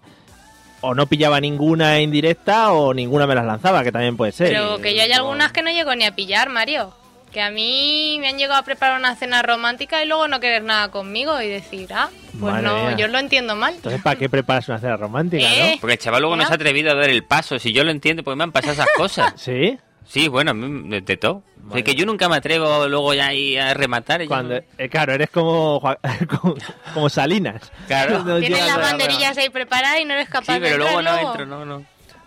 [SPEAKER 1] o no pillaba ninguna en directa o ninguna me las lanzaba, que también puede ser.
[SPEAKER 2] Pero que yo hay algunas que no llego ni a pillar, Mario. Que a mí me han llegado a preparar una cena romántica y luego no querer nada conmigo y decir, ah, pues
[SPEAKER 1] Madre
[SPEAKER 2] no,
[SPEAKER 1] mía.
[SPEAKER 2] yo lo entiendo mal.
[SPEAKER 1] Entonces, ¿para qué preparas una cena romántica,
[SPEAKER 2] Eh.
[SPEAKER 3] Porque el chaval luego no
[SPEAKER 2] ¿Ya?
[SPEAKER 3] se ha atrevido a dar el paso, si yo lo entiendo, porque me han pasado esas
[SPEAKER 1] no?
[SPEAKER 3] cosas.
[SPEAKER 1] ¿Sí?
[SPEAKER 3] Sí, bueno, a mí de, de todo. O sea,
[SPEAKER 1] Madre
[SPEAKER 3] que yo nunca me atrevo luego ya ahí a rematar. y yo-
[SPEAKER 1] Cuando, eh, claro, eres como, Juan- como, como Salinas.
[SPEAKER 3] Claro.
[SPEAKER 1] No
[SPEAKER 2] Tienes
[SPEAKER 1] llegas
[SPEAKER 2] las
[SPEAKER 1] a-
[SPEAKER 2] banderillas ahí preparadas y no eres capaz
[SPEAKER 3] Sí, pero
[SPEAKER 2] de
[SPEAKER 3] luego
[SPEAKER 2] entrar
[SPEAKER 3] no entro, no, no.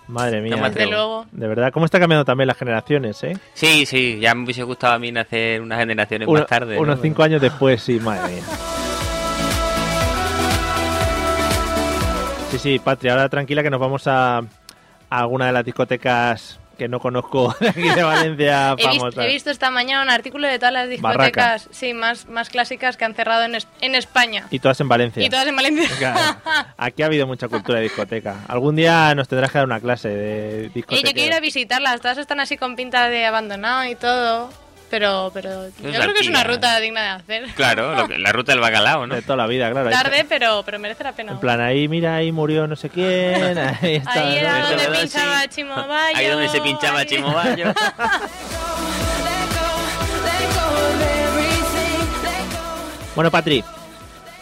[SPEAKER 1] Madre mía.
[SPEAKER 3] me
[SPEAKER 2] Desde
[SPEAKER 3] atrevo.
[SPEAKER 2] luego.
[SPEAKER 1] De verdad, ¿cómo está cambiando también las generaciones, eh?
[SPEAKER 3] Sí, sí, ya me hubiese gustado a mí nacer unas generaciones
[SPEAKER 1] Uno-
[SPEAKER 3] más tarde. ¿no?
[SPEAKER 1] unos cinco años después, sí, madre mía. Sí, sí, Patria, ahora tranquila que nos vamos a, a alguna de las discotecas que no conozco de aquí de Valencia
[SPEAKER 2] He vis- he visto,
[SPEAKER 1] famosas.
[SPEAKER 2] esta mañana un artículo de todas las discotecas sí, más, más clásicas que han cerrado en, es- en España.
[SPEAKER 1] Y todas en Valencia.
[SPEAKER 2] Y todas en Valencia.
[SPEAKER 1] Claro. Aquí ha habido mucha cultura de discoteca. Algún día nos tendrás que dar una clase de
[SPEAKER 2] Eh,
[SPEAKER 1] discoteca.
[SPEAKER 2] yo quiero ir a visitarlas, todas están así con pinta de abandonado y todo. Pero, pero yo creo que es una
[SPEAKER 3] antigas.
[SPEAKER 2] ruta digna de hacer.
[SPEAKER 3] Claro, lo que- la ruta del bacalao, ¿no?
[SPEAKER 1] De toda la vida, claro.
[SPEAKER 2] Tarde, pero, pero merece la pena.
[SPEAKER 1] En plan, ahí mira, ahí murió no sé quién. Ahí está.
[SPEAKER 2] Ahí era
[SPEAKER 3] Eso
[SPEAKER 2] donde
[SPEAKER 3] me da
[SPEAKER 2] pinchaba
[SPEAKER 3] así.
[SPEAKER 2] Chimo Bayo,
[SPEAKER 3] Ahí donde se pinchaba
[SPEAKER 2] ahí-
[SPEAKER 3] Chimo Bayo.
[SPEAKER 1] Bueno, Patri,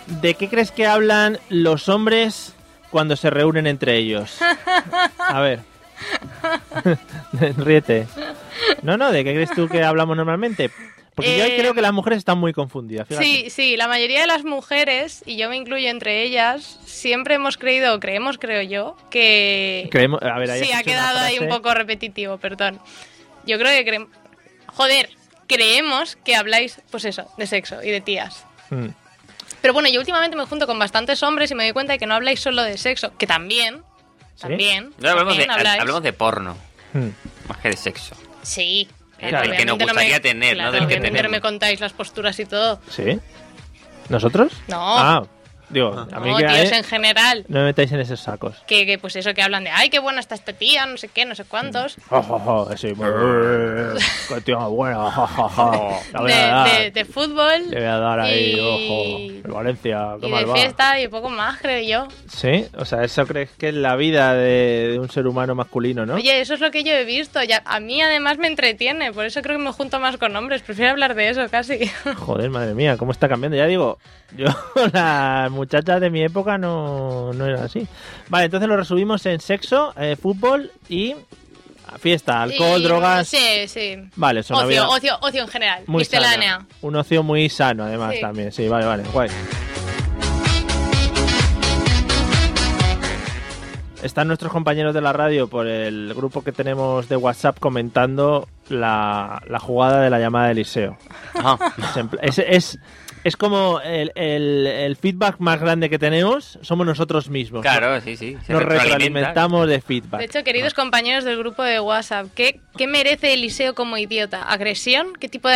[SPEAKER 1] ¿de qué crees que hablan los hombres cuando se reúnen entre ellos? A ver. Ríete. No, no, ¿de qué crees tú que hablamos normalmente? Porque
[SPEAKER 2] Eh,
[SPEAKER 1] yo creo que las mujeres están muy confundidas. Fíjate.
[SPEAKER 2] Sí, sí, la mayoría de las mujeres, y yo me incluyo entre ellas, siempre hemos creído, o creemos, creo yo, que...
[SPEAKER 1] Creemos, a ver, ahí
[SPEAKER 2] sí,
[SPEAKER 1] has dicho una
[SPEAKER 2] ha quedado ahí un
[SPEAKER 1] frase.
[SPEAKER 2] poco repetitivo, perdón. Yo creo que creemos... Joder, creemos que habláis, pues eso, de sexo y de tías.
[SPEAKER 1] Mm.
[SPEAKER 2] Pero bueno, yo últimamente me junto con bastantes hombres y me doy cuenta de que no habláis solo de sexo, que también,
[SPEAKER 1] ¿Sí?
[SPEAKER 2] también,
[SPEAKER 3] No, hablamos, de,
[SPEAKER 2] también habláis.
[SPEAKER 3] hablamos de porno,
[SPEAKER 1] Mm.
[SPEAKER 3] más que de sexo.
[SPEAKER 2] Sí.
[SPEAKER 3] El- el que nos
[SPEAKER 2] obviamente no me-
[SPEAKER 3] gustaría tener, ¿no?
[SPEAKER 2] claro,
[SPEAKER 3] Del que
[SPEAKER 2] obviamente
[SPEAKER 3] tenemos.
[SPEAKER 2] me contáis las posturas y todo.
[SPEAKER 1] ¿Sí? ¿Nosotros?
[SPEAKER 2] No.
[SPEAKER 1] Ah, digo, a mí
[SPEAKER 2] No,
[SPEAKER 1] que
[SPEAKER 2] tíos
[SPEAKER 1] eh,
[SPEAKER 2] en general.
[SPEAKER 1] no me metáis en esos sacos.
[SPEAKER 2] que, que, pues eso que hablan de ay qué buena está esta tía no sé qué no sé cuántos
[SPEAKER 1] Jo, jo, jo, sí, muy- qué tío más bueno, jo, jo, jo. La voy
[SPEAKER 2] de,
[SPEAKER 1] a dar.
[SPEAKER 2] de- de fútbol
[SPEAKER 1] Le voy a dar ahí,
[SPEAKER 2] y,
[SPEAKER 1] ojo. El Valencia, qué
[SPEAKER 2] y
[SPEAKER 1] mal
[SPEAKER 2] de
[SPEAKER 1] va.
[SPEAKER 2] fiesta y poco más creo yo
[SPEAKER 1] Sí, o sea, eso crees que es la vida de, de un ser humano masculino, ¿no?
[SPEAKER 2] oye eso es lo que yo he visto ya a mí además me entretiene por eso creo que me junto más con hombres prefiero hablar de eso casi
[SPEAKER 1] Joder, madre mía, cómo está cambiando. Ya digo, yo, las muchachas de mi época no, no eran así. Vale, entonces lo resumimos en sexo, eh, fútbol y fiesta, alcohol,
[SPEAKER 2] Y-
[SPEAKER 1] drogas.
[SPEAKER 2] sí sí
[SPEAKER 1] Vale, eso no
[SPEAKER 2] ocio,
[SPEAKER 1] había-
[SPEAKER 2] ocio ocio en general
[SPEAKER 1] Muy
[SPEAKER 2] miscelánea
[SPEAKER 1] sano. Un ocio muy sano, además,
[SPEAKER 2] Sí.
[SPEAKER 1] también. Sí, vale, vale, guay. Están nuestros compañeros de la radio por el grupo que tenemos de WhatsApp comentando la, la jugada de la llamada de Eliseo. Es, en pla- es, es- es como el, el- el feedback más grande que tenemos, somos nosotros mismos.
[SPEAKER 3] Claro, sí, sí. se
[SPEAKER 1] Nos
[SPEAKER 3] retroalimenta.
[SPEAKER 1] retroalimentamos de feedback.
[SPEAKER 2] De hecho, queridos compañeros del grupo de WhatsApp, ¿qué, qué merece Eliseo como idiota? ¿Agresión? ¿Qué tipo de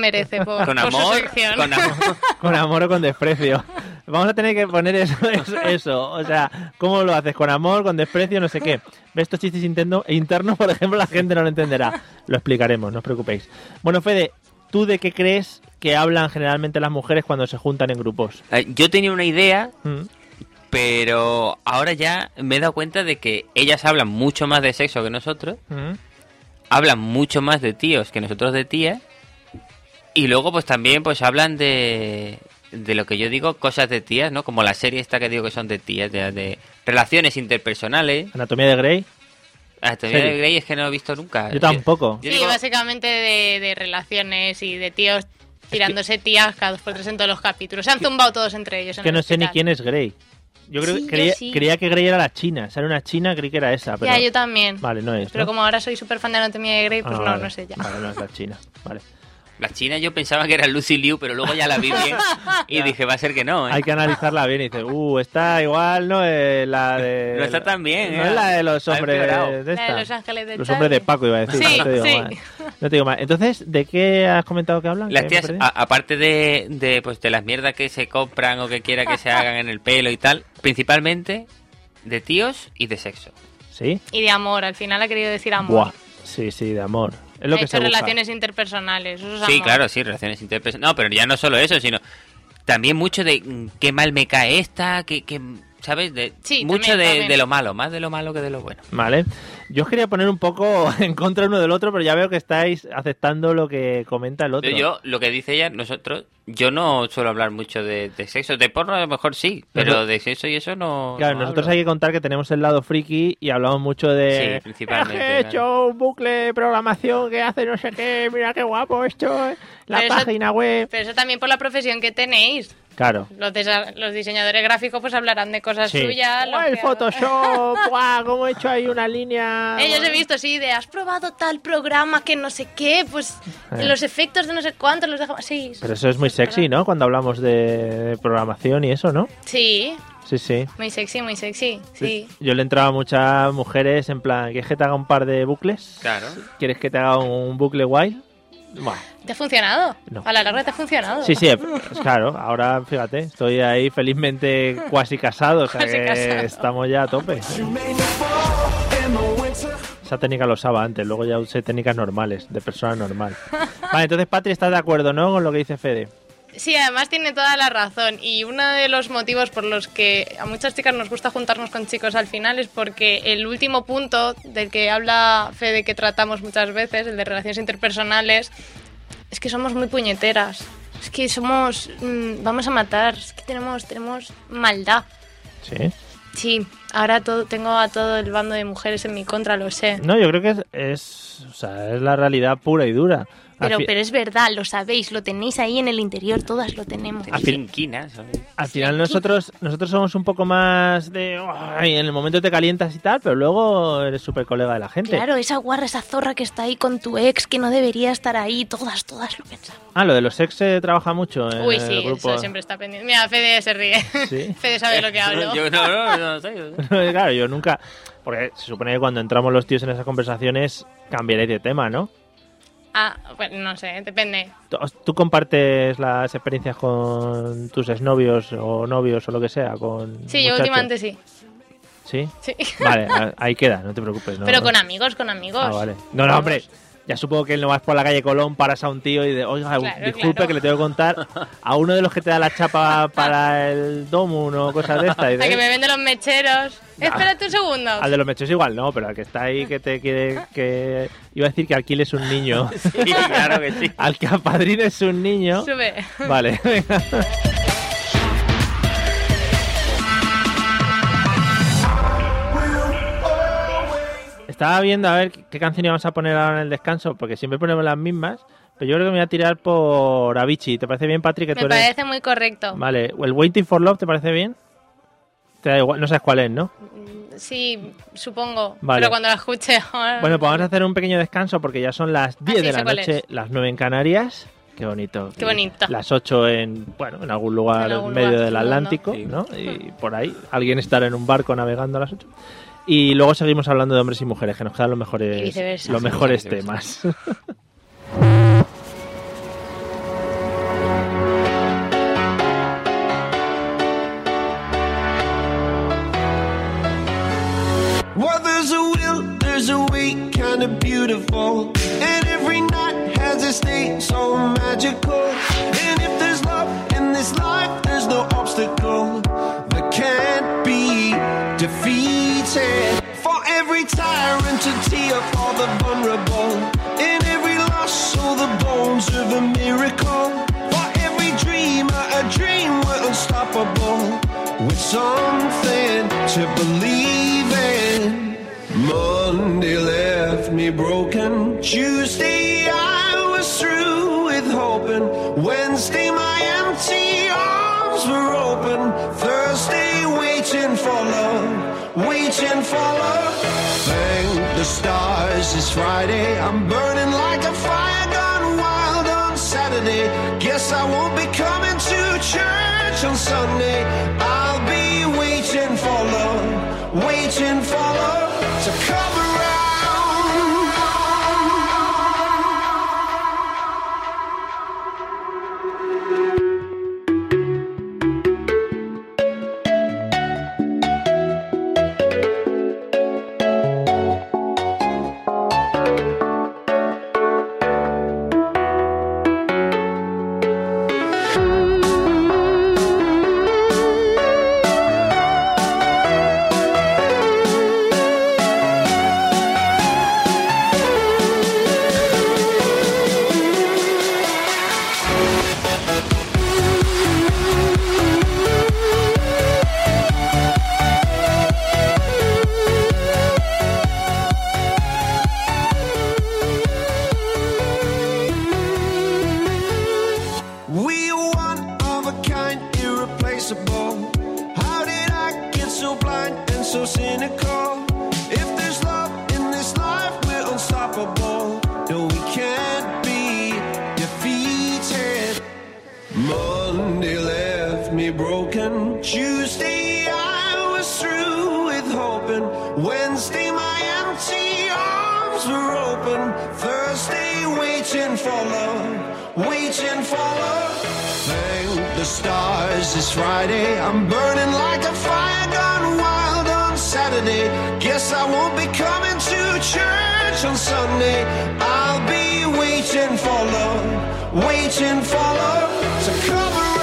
[SPEAKER 2] merece por,
[SPEAKER 3] Con
[SPEAKER 2] por su
[SPEAKER 3] amor,
[SPEAKER 2] sección?
[SPEAKER 3] con amor.
[SPEAKER 1] Con amor o con desprecio. Vamos a tener que poner eso, eso, eso. O sea, ¿cómo lo haces? ¿Con amor, con desprecio, no sé qué? ¿Ves estos chistes interno- internos, por ejemplo, la gente no lo entenderá? Lo explicaremos, no os preocupéis. Bueno, Fede, ¿tú de qué crees que hablan generalmente las mujeres cuando se juntan en grupos?
[SPEAKER 3] Eh, Yo tenía una idea,
[SPEAKER 1] ¿Mm?
[SPEAKER 3] pero ahora ya me he dado cuenta de que ellas hablan mucho más de sexo que nosotros,
[SPEAKER 1] ¿Mm?
[SPEAKER 3] hablan mucho más de tíos que nosotros de tías, y luego pues también pues hablan de, de lo que yo digo, cosas de tías, ¿no? Como la serie esta que digo que son de tías, de, de relaciones interpersonales.
[SPEAKER 1] ¿Anatomía de Grey?
[SPEAKER 3] Anatomía
[SPEAKER 1] Serie.
[SPEAKER 3] de Grey es que no lo he visto nunca.
[SPEAKER 1] Yo tampoco.
[SPEAKER 3] yo
[SPEAKER 2] sí,
[SPEAKER 3] digo-
[SPEAKER 2] básicamente de, de relaciones y de tíos tirándose tías cada dos por tres en todos los capítulos. Se han zumbado todos entre ellos. en
[SPEAKER 1] Que
[SPEAKER 2] el
[SPEAKER 1] no sé ni
[SPEAKER 2] hospital.
[SPEAKER 1] quién es Grey. Yo creo que
[SPEAKER 2] Sí, yo
[SPEAKER 1] creía,
[SPEAKER 2] sí.
[SPEAKER 1] creía que Grey era la china. O sea, era una china, creí que era esa. Pero...
[SPEAKER 2] Ya, yo también.
[SPEAKER 1] Vale, no es.
[SPEAKER 2] Pero
[SPEAKER 1] ¿no?
[SPEAKER 2] como ahora soy súper fan de Anatomía de Grey, pues
[SPEAKER 1] Ah,
[SPEAKER 2] no,
[SPEAKER 1] vale.
[SPEAKER 2] no sé ya.
[SPEAKER 1] Vale, no es la china. Vale.
[SPEAKER 3] La china yo pensaba que era Lucy Liu, pero luego ya la vi bien y dije, va a ser que no, ¿eh?
[SPEAKER 1] Hay que analizarla bien y dices, uh, está igual, no es la de.
[SPEAKER 3] No está tan bien,
[SPEAKER 1] No
[SPEAKER 3] eh.
[SPEAKER 1] es la de los
[SPEAKER 3] Ha
[SPEAKER 1] hombres.
[SPEAKER 3] empeorado.
[SPEAKER 1] De
[SPEAKER 2] La de
[SPEAKER 1] esta.
[SPEAKER 2] Los Ángeles de
[SPEAKER 1] Los
[SPEAKER 2] Charlie.
[SPEAKER 1] hombres de Paco, iba a decir.
[SPEAKER 2] Sí,
[SPEAKER 1] no, te digo
[SPEAKER 2] sí.
[SPEAKER 1] más. No te digo más. Entonces, ¿de qué has comentado que hablan? ¿Que
[SPEAKER 3] Las
[SPEAKER 1] me
[SPEAKER 3] tías,
[SPEAKER 1] he perdido?
[SPEAKER 3] a- aparte de, de, pues, de las mierdas que se compran o que quiera que se hagan en el pelo y tal, principalmente de tíos y de sexo.
[SPEAKER 1] Sí.
[SPEAKER 2] Y de amor, al final ha querido decir amor.
[SPEAKER 1] Buah. Sí, sí, de amor. Es lo
[SPEAKER 2] ha
[SPEAKER 1] que
[SPEAKER 2] hecho
[SPEAKER 1] se busca.
[SPEAKER 2] relaciones interpersonales. eso es
[SPEAKER 3] Sí,
[SPEAKER 2] amor.
[SPEAKER 3] claro, sí, relaciones interpersonales. No, pero ya no solo eso, sino también mucho de mm, qué mal me cae esta, que, que ¿sabes? De,
[SPEAKER 2] Sí,
[SPEAKER 3] mucho
[SPEAKER 2] también,
[SPEAKER 3] de,
[SPEAKER 2] también.
[SPEAKER 3] de lo malo, más de lo malo que de lo bueno.
[SPEAKER 1] Vale. Yo os quería poner un poco en contra uno del otro, pero ya veo que estáis aceptando lo que comenta el otro.
[SPEAKER 3] Pero yo, lo que dice ella, nosotros, yo no suelo hablar mucho de, de sexo. De porno a lo mejor sí, pero
[SPEAKER 1] Nosotros-
[SPEAKER 3] de sexo y eso no.
[SPEAKER 1] Claro,
[SPEAKER 3] no
[SPEAKER 1] nosotros
[SPEAKER 3] hablo.
[SPEAKER 1] hay que contar que tenemos el lado friki y hablamos mucho de. "Eh,
[SPEAKER 3] Sí, principalmente,
[SPEAKER 1] He hecho
[SPEAKER 3] claro.
[SPEAKER 1] un bucle de programación que hace no sé qué, mira qué guapo esto, la
[SPEAKER 2] Pero eso-
[SPEAKER 1] página web.
[SPEAKER 2] Pero eso también por la profesión que tenéis.
[SPEAKER 1] Claro.
[SPEAKER 2] Los, desa- los diseñadores gráficos pues hablarán de cosas
[SPEAKER 1] Sí.
[SPEAKER 2] suyas. los
[SPEAKER 1] ¡Buah, el
[SPEAKER 2] que-
[SPEAKER 1] Photoshop! ¡Buah! ¿Cómo he hecho ahí una línea?
[SPEAKER 2] Eh, yo os he visto, sí, de has probado tal programa que no sé qué, pues
[SPEAKER 1] Eh.
[SPEAKER 2] los efectos de no sé cuántos los dejamos. Sí,
[SPEAKER 1] Pero eso es muy sexy, ¿no? Cuando hablamos de programación y eso, ¿no?
[SPEAKER 2] sí,
[SPEAKER 1] Sí, sí.
[SPEAKER 2] muy sexy, muy sexy. Sí.
[SPEAKER 1] Yo le entraba a muchas mujeres en plan, ¿quieres que te haga un par de bucles?
[SPEAKER 3] Claro.
[SPEAKER 1] ¿Quieres que te haga un bucle guay? Buah.
[SPEAKER 2] ¿Te ha funcionado?
[SPEAKER 1] No.
[SPEAKER 2] A la larga te ha funcionado.
[SPEAKER 1] Sí, sí, pues claro, ahora fíjate, estoy ahí felizmente cuasi casado, o sea
[SPEAKER 2] Cuasi
[SPEAKER 1] que
[SPEAKER 2] casado.
[SPEAKER 1] estamos ya a tope. Esa técnica lo usaba antes, luego ya usé técnicas normales, de persona normal. Vale, entonces Patri, ¿estás de acuerdo, no? Con lo que dice Fede.
[SPEAKER 2] Sí, además tiene toda la razón. Y uno de los motivos por los que a muchas chicas nos gusta juntarnos con chicos al final es porque el último punto del que habla Fede que tratamos muchas veces, el de relaciones interpersonales, es que somos muy puñeteras. Es que somos... mm, vamos a matar. Es que tenemos, tenemos maldad.
[SPEAKER 1] Sí.
[SPEAKER 2] Sí, ahora todo, tengo a todo el bando de mujeres en mi contra, lo sé.
[SPEAKER 1] No, yo creo que es, es, o sea, es la realidad pura y dura. Al
[SPEAKER 2] Pero,
[SPEAKER 1] fi-
[SPEAKER 2] pero es verdad, lo sabéis, lo tenéis ahí en el interior, todas lo tenemos.
[SPEAKER 3] Tenéis
[SPEAKER 1] fin-
[SPEAKER 3] inquinas, ¿sabes?
[SPEAKER 1] Al final nosotros nosotros somos un poco más de... "Ay, en el momento te calientas y tal, pero luego eres súper colega de la gente.
[SPEAKER 2] Claro, esa guarra, esa zorra que está ahí con tu ex, que no debería estar ahí, todas, todas lo pensamos.
[SPEAKER 1] Ah, lo de los ex se trabaja mucho en
[SPEAKER 2] Uy,
[SPEAKER 1] el
[SPEAKER 2] sí,
[SPEAKER 1] Eh, grupo.
[SPEAKER 2] eso siempre está pendiente. Mira, Fede se ríe.
[SPEAKER 1] Sí.
[SPEAKER 2] Fede sabe lo que hablo.
[SPEAKER 3] Yo no, no, no, no sé, yo sé.
[SPEAKER 1] claro, yo nunca... Porque se supone que cuando entramos los tíos en esas conversaciones cambiaréis de tema, ¿no?
[SPEAKER 2] Ah, bueno, no sé, depende.
[SPEAKER 1] ¿Tú- ¿Tú compartes las experiencias con tus exnovios o novios o lo que sea? Con
[SPEAKER 2] Sí, yo
[SPEAKER 1] muchachos?
[SPEAKER 2] últimamente sí.
[SPEAKER 1] ¿Sí?
[SPEAKER 2] sí.
[SPEAKER 1] Vale, a- ahí queda, no te preocupes. no-
[SPEAKER 2] Pero con amigos, con amigos.
[SPEAKER 1] Ah, vale. No, no, hombre. Ya supongo que él no vas por la calle Colón, paras a un tío y de, oiga,
[SPEAKER 2] Claro,
[SPEAKER 1] disculpe
[SPEAKER 2] claro.
[SPEAKER 1] que le tengo que contar a uno de los que te da la chapa para el domun o cosas de estas. y de,
[SPEAKER 2] A que me venden los mecheros. Espérate un segundo.
[SPEAKER 1] Ah. Al de los mechos igual no, pero al que está ahí que te quiere que... Iba a decir que alquiles un niño.
[SPEAKER 3] Sí, claro que sí.
[SPEAKER 1] Al que apadrines un niño.
[SPEAKER 2] Sube.
[SPEAKER 1] Vale, venga. Estaba viendo a ver qué canción íbamos a poner ahora en el descanso, porque siempre ponemos las mismas, pero yo creo que me voy a tirar por Avicii. ¿Te parece bien, Patrick, que tú
[SPEAKER 2] Me
[SPEAKER 1] eres...?
[SPEAKER 2] parece muy correcto.
[SPEAKER 1] Vale, el Waiting for Love, ¿te parece bien? Te da igual, no sabes cuál es, ¿no?
[SPEAKER 2] Sí, supongo.
[SPEAKER 1] Vale.
[SPEAKER 2] Pero cuando la escuche. ahora-
[SPEAKER 1] Bueno, pues vamos a hacer un pequeño descanso porque ya son las 10
[SPEAKER 2] Ah, sí,
[SPEAKER 1] de
[SPEAKER 2] sé
[SPEAKER 1] la
[SPEAKER 2] cuál
[SPEAKER 1] noche, las 9 en Canarias. Qué bonito.
[SPEAKER 2] Qué bonito.
[SPEAKER 1] Las 8 en, bueno, en algún lugar
[SPEAKER 2] En algún
[SPEAKER 1] medio
[SPEAKER 2] lugar
[SPEAKER 1] del
[SPEAKER 2] del
[SPEAKER 1] Atlántico, ¿no? Y por ahí alguien estará en un barco navegando a las 8. Y luego seguimos hablando de hombres y mujeres, que nos quedan los
[SPEAKER 2] Y
[SPEAKER 1] mejores,
[SPEAKER 2] viceversa.
[SPEAKER 1] los mejores
[SPEAKER 3] Sí, viceversa.
[SPEAKER 1] temas.
[SPEAKER 4] Well, there's a will, there's a way, kind of beautiful. And every night has a state so magical. And if there's love in this life, there's no obstacle that can't be defeated. For every tyrant to tear for the vulnerable. In every loss, so the bones of a miracle. For every dreamer, a dream we're unstoppable. With something to believe in. Monday left me broken. Tuesday, I was through with hoping. Wednesday, my empty arms were open. Thursday, waiting for love, waiting for love. Thank the stars, it's Friday. I'm burning like a fire gone wild on Saturday. Guess I won't be coming to church on Sunday. I'll be waiting for love, waiting for love to come around. so cynical. If there's love in this life, we're unstoppable. No, we can't be defeated. Monday left me broken. Tuesday I was through with hoping. Wednesday my empty arms were open. Thursday waiting for love, waiting for love. Thank the stars it's Friday. I'm burning like a fire gone wild on Saturday. Guess I won't be coming to church on Sunday. I'll be waiting for love, waiting for love to come around.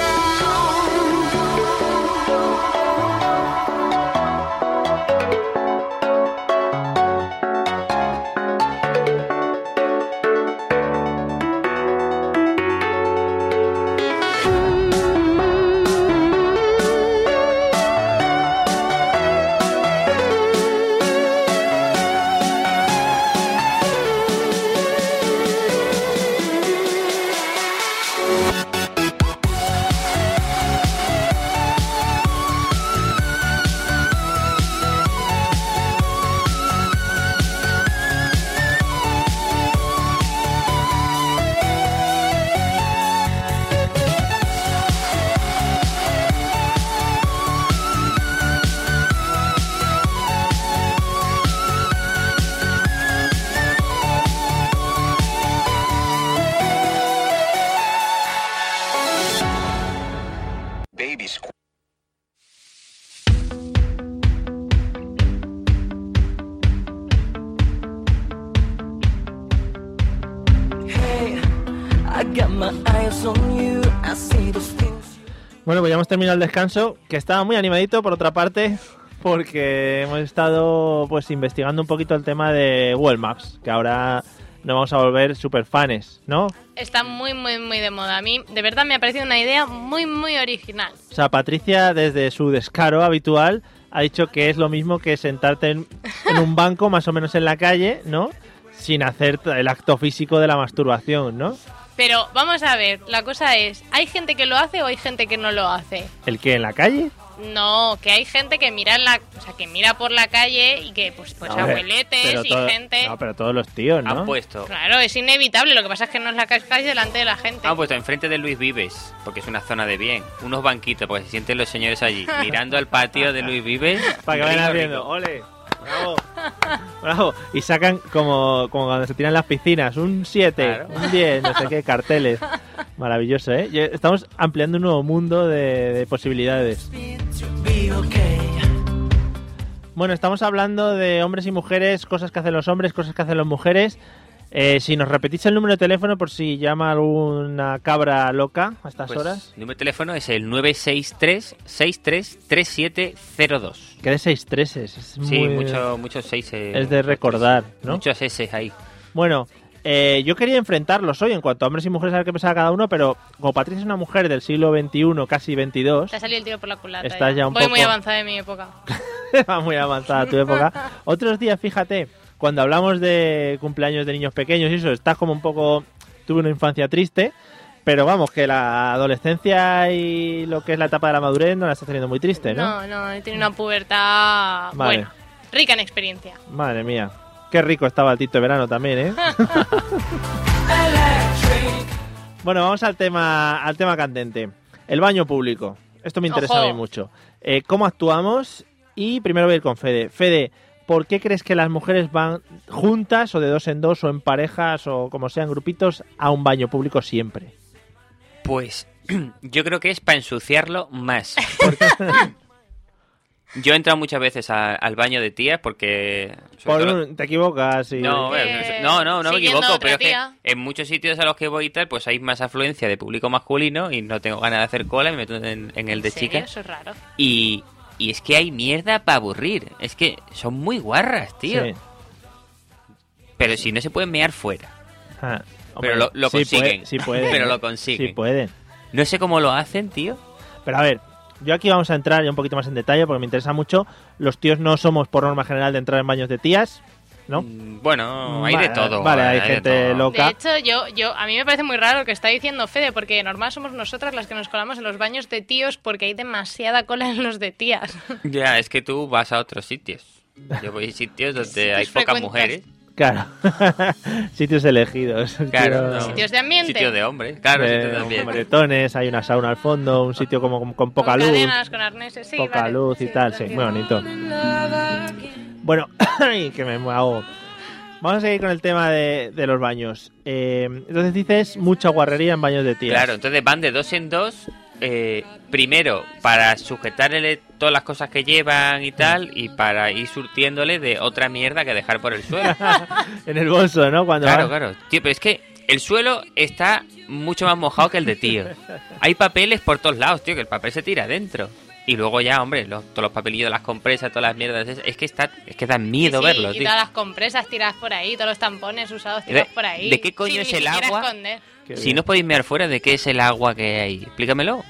[SPEAKER 1] Bueno, pues ya hemos terminado el descanso, que estaba muy animadito por otra parte, porque hemos estado pues investigando un poquito el tema de Google Maps, que ahora nos vamos a volver super fans, ¿no? O
[SPEAKER 2] Está muy, muy, muy de moda. A mí, de verdad, me ha parecido una idea muy, muy original.
[SPEAKER 1] sea, Patricia, desde su descaro habitual, ha dicho que es lo mismo que sentarte en, en un banco, más o menos en la calle, ¿no? Sin hacer el acto físico de la masturbación, ¿no?
[SPEAKER 2] Pero vamos a ver, la cosa es, ¿hay gente que lo hace o hay gente que no lo hace?
[SPEAKER 1] ¿El qué? ¿En la calle?
[SPEAKER 2] No, que hay gente que mira en la, o sea, que mira por la calle y que pues pues
[SPEAKER 1] No, hombre, pero
[SPEAKER 2] abueletes y
[SPEAKER 1] todo-
[SPEAKER 2] gente.
[SPEAKER 1] No, pero todos los tíos, ¿no?
[SPEAKER 3] Han puesto,
[SPEAKER 2] Claro, es inevitable, lo que pasa es que no es la cascáis delante de la gente.
[SPEAKER 1] Ah, pues,
[SPEAKER 3] han puesto enfrente de Luis Vives, porque es una zona de bien, unos banquitos, porque se sienten los señores allí, mirando al patio de Luis Vives.
[SPEAKER 1] Para que vayan
[SPEAKER 3] rico,
[SPEAKER 1] haciendo,
[SPEAKER 3] rico.
[SPEAKER 1] ole, bravo, bravo. Y sacan como, como cuando se tiran las piscinas, un 7,
[SPEAKER 3] Claro.
[SPEAKER 1] un 10, no sé qué, carteles. Maravilloso, ¿eh? Ya Estamos ampliando un nuevo mundo de, de posibilidades. Bueno, estamos hablando de hombres y mujeres, cosas que hacen los hombres, cosas que hacen las mujeres. Eh, si nos repetís el número de teléfono por si llama alguna cabra loca a estas
[SPEAKER 3] Pues,
[SPEAKER 1] horas.
[SPEAKER 3] El número de teléfono es el 963-633702.
[SPEAKER 1] Que de seis treses. Es
[SPEAKER 3] Sí,
[SPEAKER 1] muy-
[SPEAKER 3] mucho- muchos seis. eh,
[SPEAKER 1] Es de recordar, ¿no?
[SPEAKER 3] Muchos S ahí.
[SPEAKER 1] Bueno, eh, yo quería enfrentarlos hoy en cuanto a hombres y mujeres, a ver qué pensaba cada uno, pero como Patricia es una mujer del siglo XXI, casi
[SPEAKER 2] Te ha
[SPEAKER 1] XXII,
[SPEAKER 2] salido el tiro por la culata.
[SPEAKER 1] Estás ya un
[SPEAKER 2] Voy muy
[SPEAKER 1] poco-
[SPEAKER 2] avanzada de mi época.
[SPEAKER 1] va muy avanzada tu época. Otros días, fíjate, cuando hablamos de cumpleaños de niños pequeños y eso, estás como un poco... Tuve una infancia triste, pero vamos, que la adolescencia y lo que es la etapa de la madurez no la estás teniendo muy triste, ¿no?
[SPEAKER 2] No, no, he tenido una pubertad
[SPEAKER 1] Vale.
[SPEAKER 2] buena, rica en experiencia.
[SPEAKER 1] Madre mía. Qué rico estaba el Tito de Verano también, ¿eh? bueno, vamos al tema, al tema candente. El baño público. Esto me interesa a mí
[SPEAKER 2] Ojo.
[SPEAKER 1] mucho. Eh, ¿Cómo actuamos? Y primero voy a ir con Fede. Fede, ¿por qué crees que las mujeres van juntas o de dos en dos o en parejas o como sean grupitos a un baño público siempre?
[SPEAKER 3] Pues yo creo que es para ensuciarlo más. porque yo he entrado muchas veces a- al baño de tías porque... sobre
[SPEAKER 1] Por
[SPEAKER 3] todo-
[SPEAKER 1] un- te equivocas y...
[SPEAKER 3] No,
[SPEAKER 2] Porque
[SPEAKER 3] bueno, no, no, no me
[SPEAKER 2] Eh, siguiendo
[SPEAKER 3] equivoco,
[SPEAKER 2] otra
[SPEAKER 3] pero es que
[SPEAKER 2] tía.
[SPEAKER 3] en muchos sitios a los que voy y tal, pues hay más afluencia de público masculino y no tengo ganas de hacer cola y me meto en, en el de
[SPEAKER 2] ¿En serio?
[SPEAKER 3] chicas.
[SPEAKER 2] Eso es raro.
[SPEAKER 3] Y, y es que hay mierda para aburrir. Es que son muy guarras, tío.
[SPEAKER 1] Sí.
[SPEAKER 3] Pero si no se pueden mear fuera.
[SPEAKER 1] Ah,
[SPEAKER 3] Pero lo- lo
[SPEAKER 1] sí puede-
[SPEAKER 3] consiguen.
[SPEAKER 1] sí pueden.
[SPEAKER 3] Pero lo consiguen.
[SPEAKER 1] Sí pueden.
[SPEAKER 3] No sé cómo lo hacen, tío.
[SPEAKER 1] Pero a ver, yo aquí vamos a entrar ya un poquito más en detalle porque me interesa mucho. Los tíos no somos por norma general de entrar en baños de tías. ¿no?
[SPEAKER 3] Mm, Bueno, hay de
[SPEAKER 1] Vale,
[SPEAKER 3] todo.
[SPEAKER 1] Vale, hay,
[SPEAKER 3] de
[SPEAKER 1] gente
[SPEAKER 3] todo.
[SPEAKER 1] loca.
[SPEAKER 2] De hecho, yo, yo, a mí me parece muy raro lo que está diciendo Fede, porque normal somos nosotras las que nos colamos en los baños de tíos porque hay demasiada cola en los de tías.
[SPEAKER 3] Ya, es que tú vas a otros sitios. Yo voy a sitios donde hay
[SPEAKER 2] Sitios
[SPEAKER 3] pocas
[SPEAKER 2] frecuentes.
[SPEAKER 3] mujeres.
[SPEAKER 1] Claro. Sitios elegidos.
[SPEAKER 3] Claro, no.
[SPEAKER 2] Sitios de ambiente.
[SPEAKER 3] Sitio de hombres, claro,
[SPEAKER 1] Eh,
[SPEAKER 3] sitio de ambiente.
[SPEAKER 1] hombretones, hay una sauna al fondo, un sitio como con, con poca
[SPEAKER 2] con
[SPEAKER 1] luz.
[SPEAKER 2] cadenas, con arneses, sí,
[SPEAKER 1] poca
[SPEAKER 2] vale.
[SPEAKER 1] luz y tal, sí, muy bonito. Bueno, ay, que me hago. Vamos a seguir con el tema de, de los baños. Eh, entonces dices mucha guarrería en baños de tías.
[SPEAKER 3] Claro, entonces van de dos en dos. eh, primero, para sujetarle todas las cosas que llevan y tal, y para ir surtiéndole de otra mierda que dejar por el suelo.
[SPEAKER 1] En el bolso, ¿no? Cuando vas-
[SPEAKER 3] Claro, claro. Tío, pero es que el suelo está mucho más mojado que el de tío. Hay papeles por todos lados, tío, que el papel se tira adentro. Y luego ya, hombre, los- todos los papelillos de las compresas, todas las mierdas, es, es que está, es que da miedo
[SPEAKER 2] Sí,
[SPEAKER 3] verlos,
[SPEAKER 2] y
[SPEAKER 3] tío.
[SPEAKER 2] todas las compresas tiradas por ahí, todos los tampones usados tirados
[SPEAKER 3] ¿De-
[SPEAKER 2] por ahí.
[SPEAKER 3] de qué coño
[SPEAKER 2] Sin
[SPEAKER 3] es
[SPEAKER 2] ni
[SPEAKER 3] el
[SPEAKER 2] siquiera
[SPEAKER 3] agua?
[SPEAKER 2] esconder.
[SPEAKER 1] Qué
[SPEAKER 3] Si
[SPEAKER 1] bien.
[SPEAKER 3] no os podéis mirar fuera, ¿de qué es el agua que hay? Explícamelo.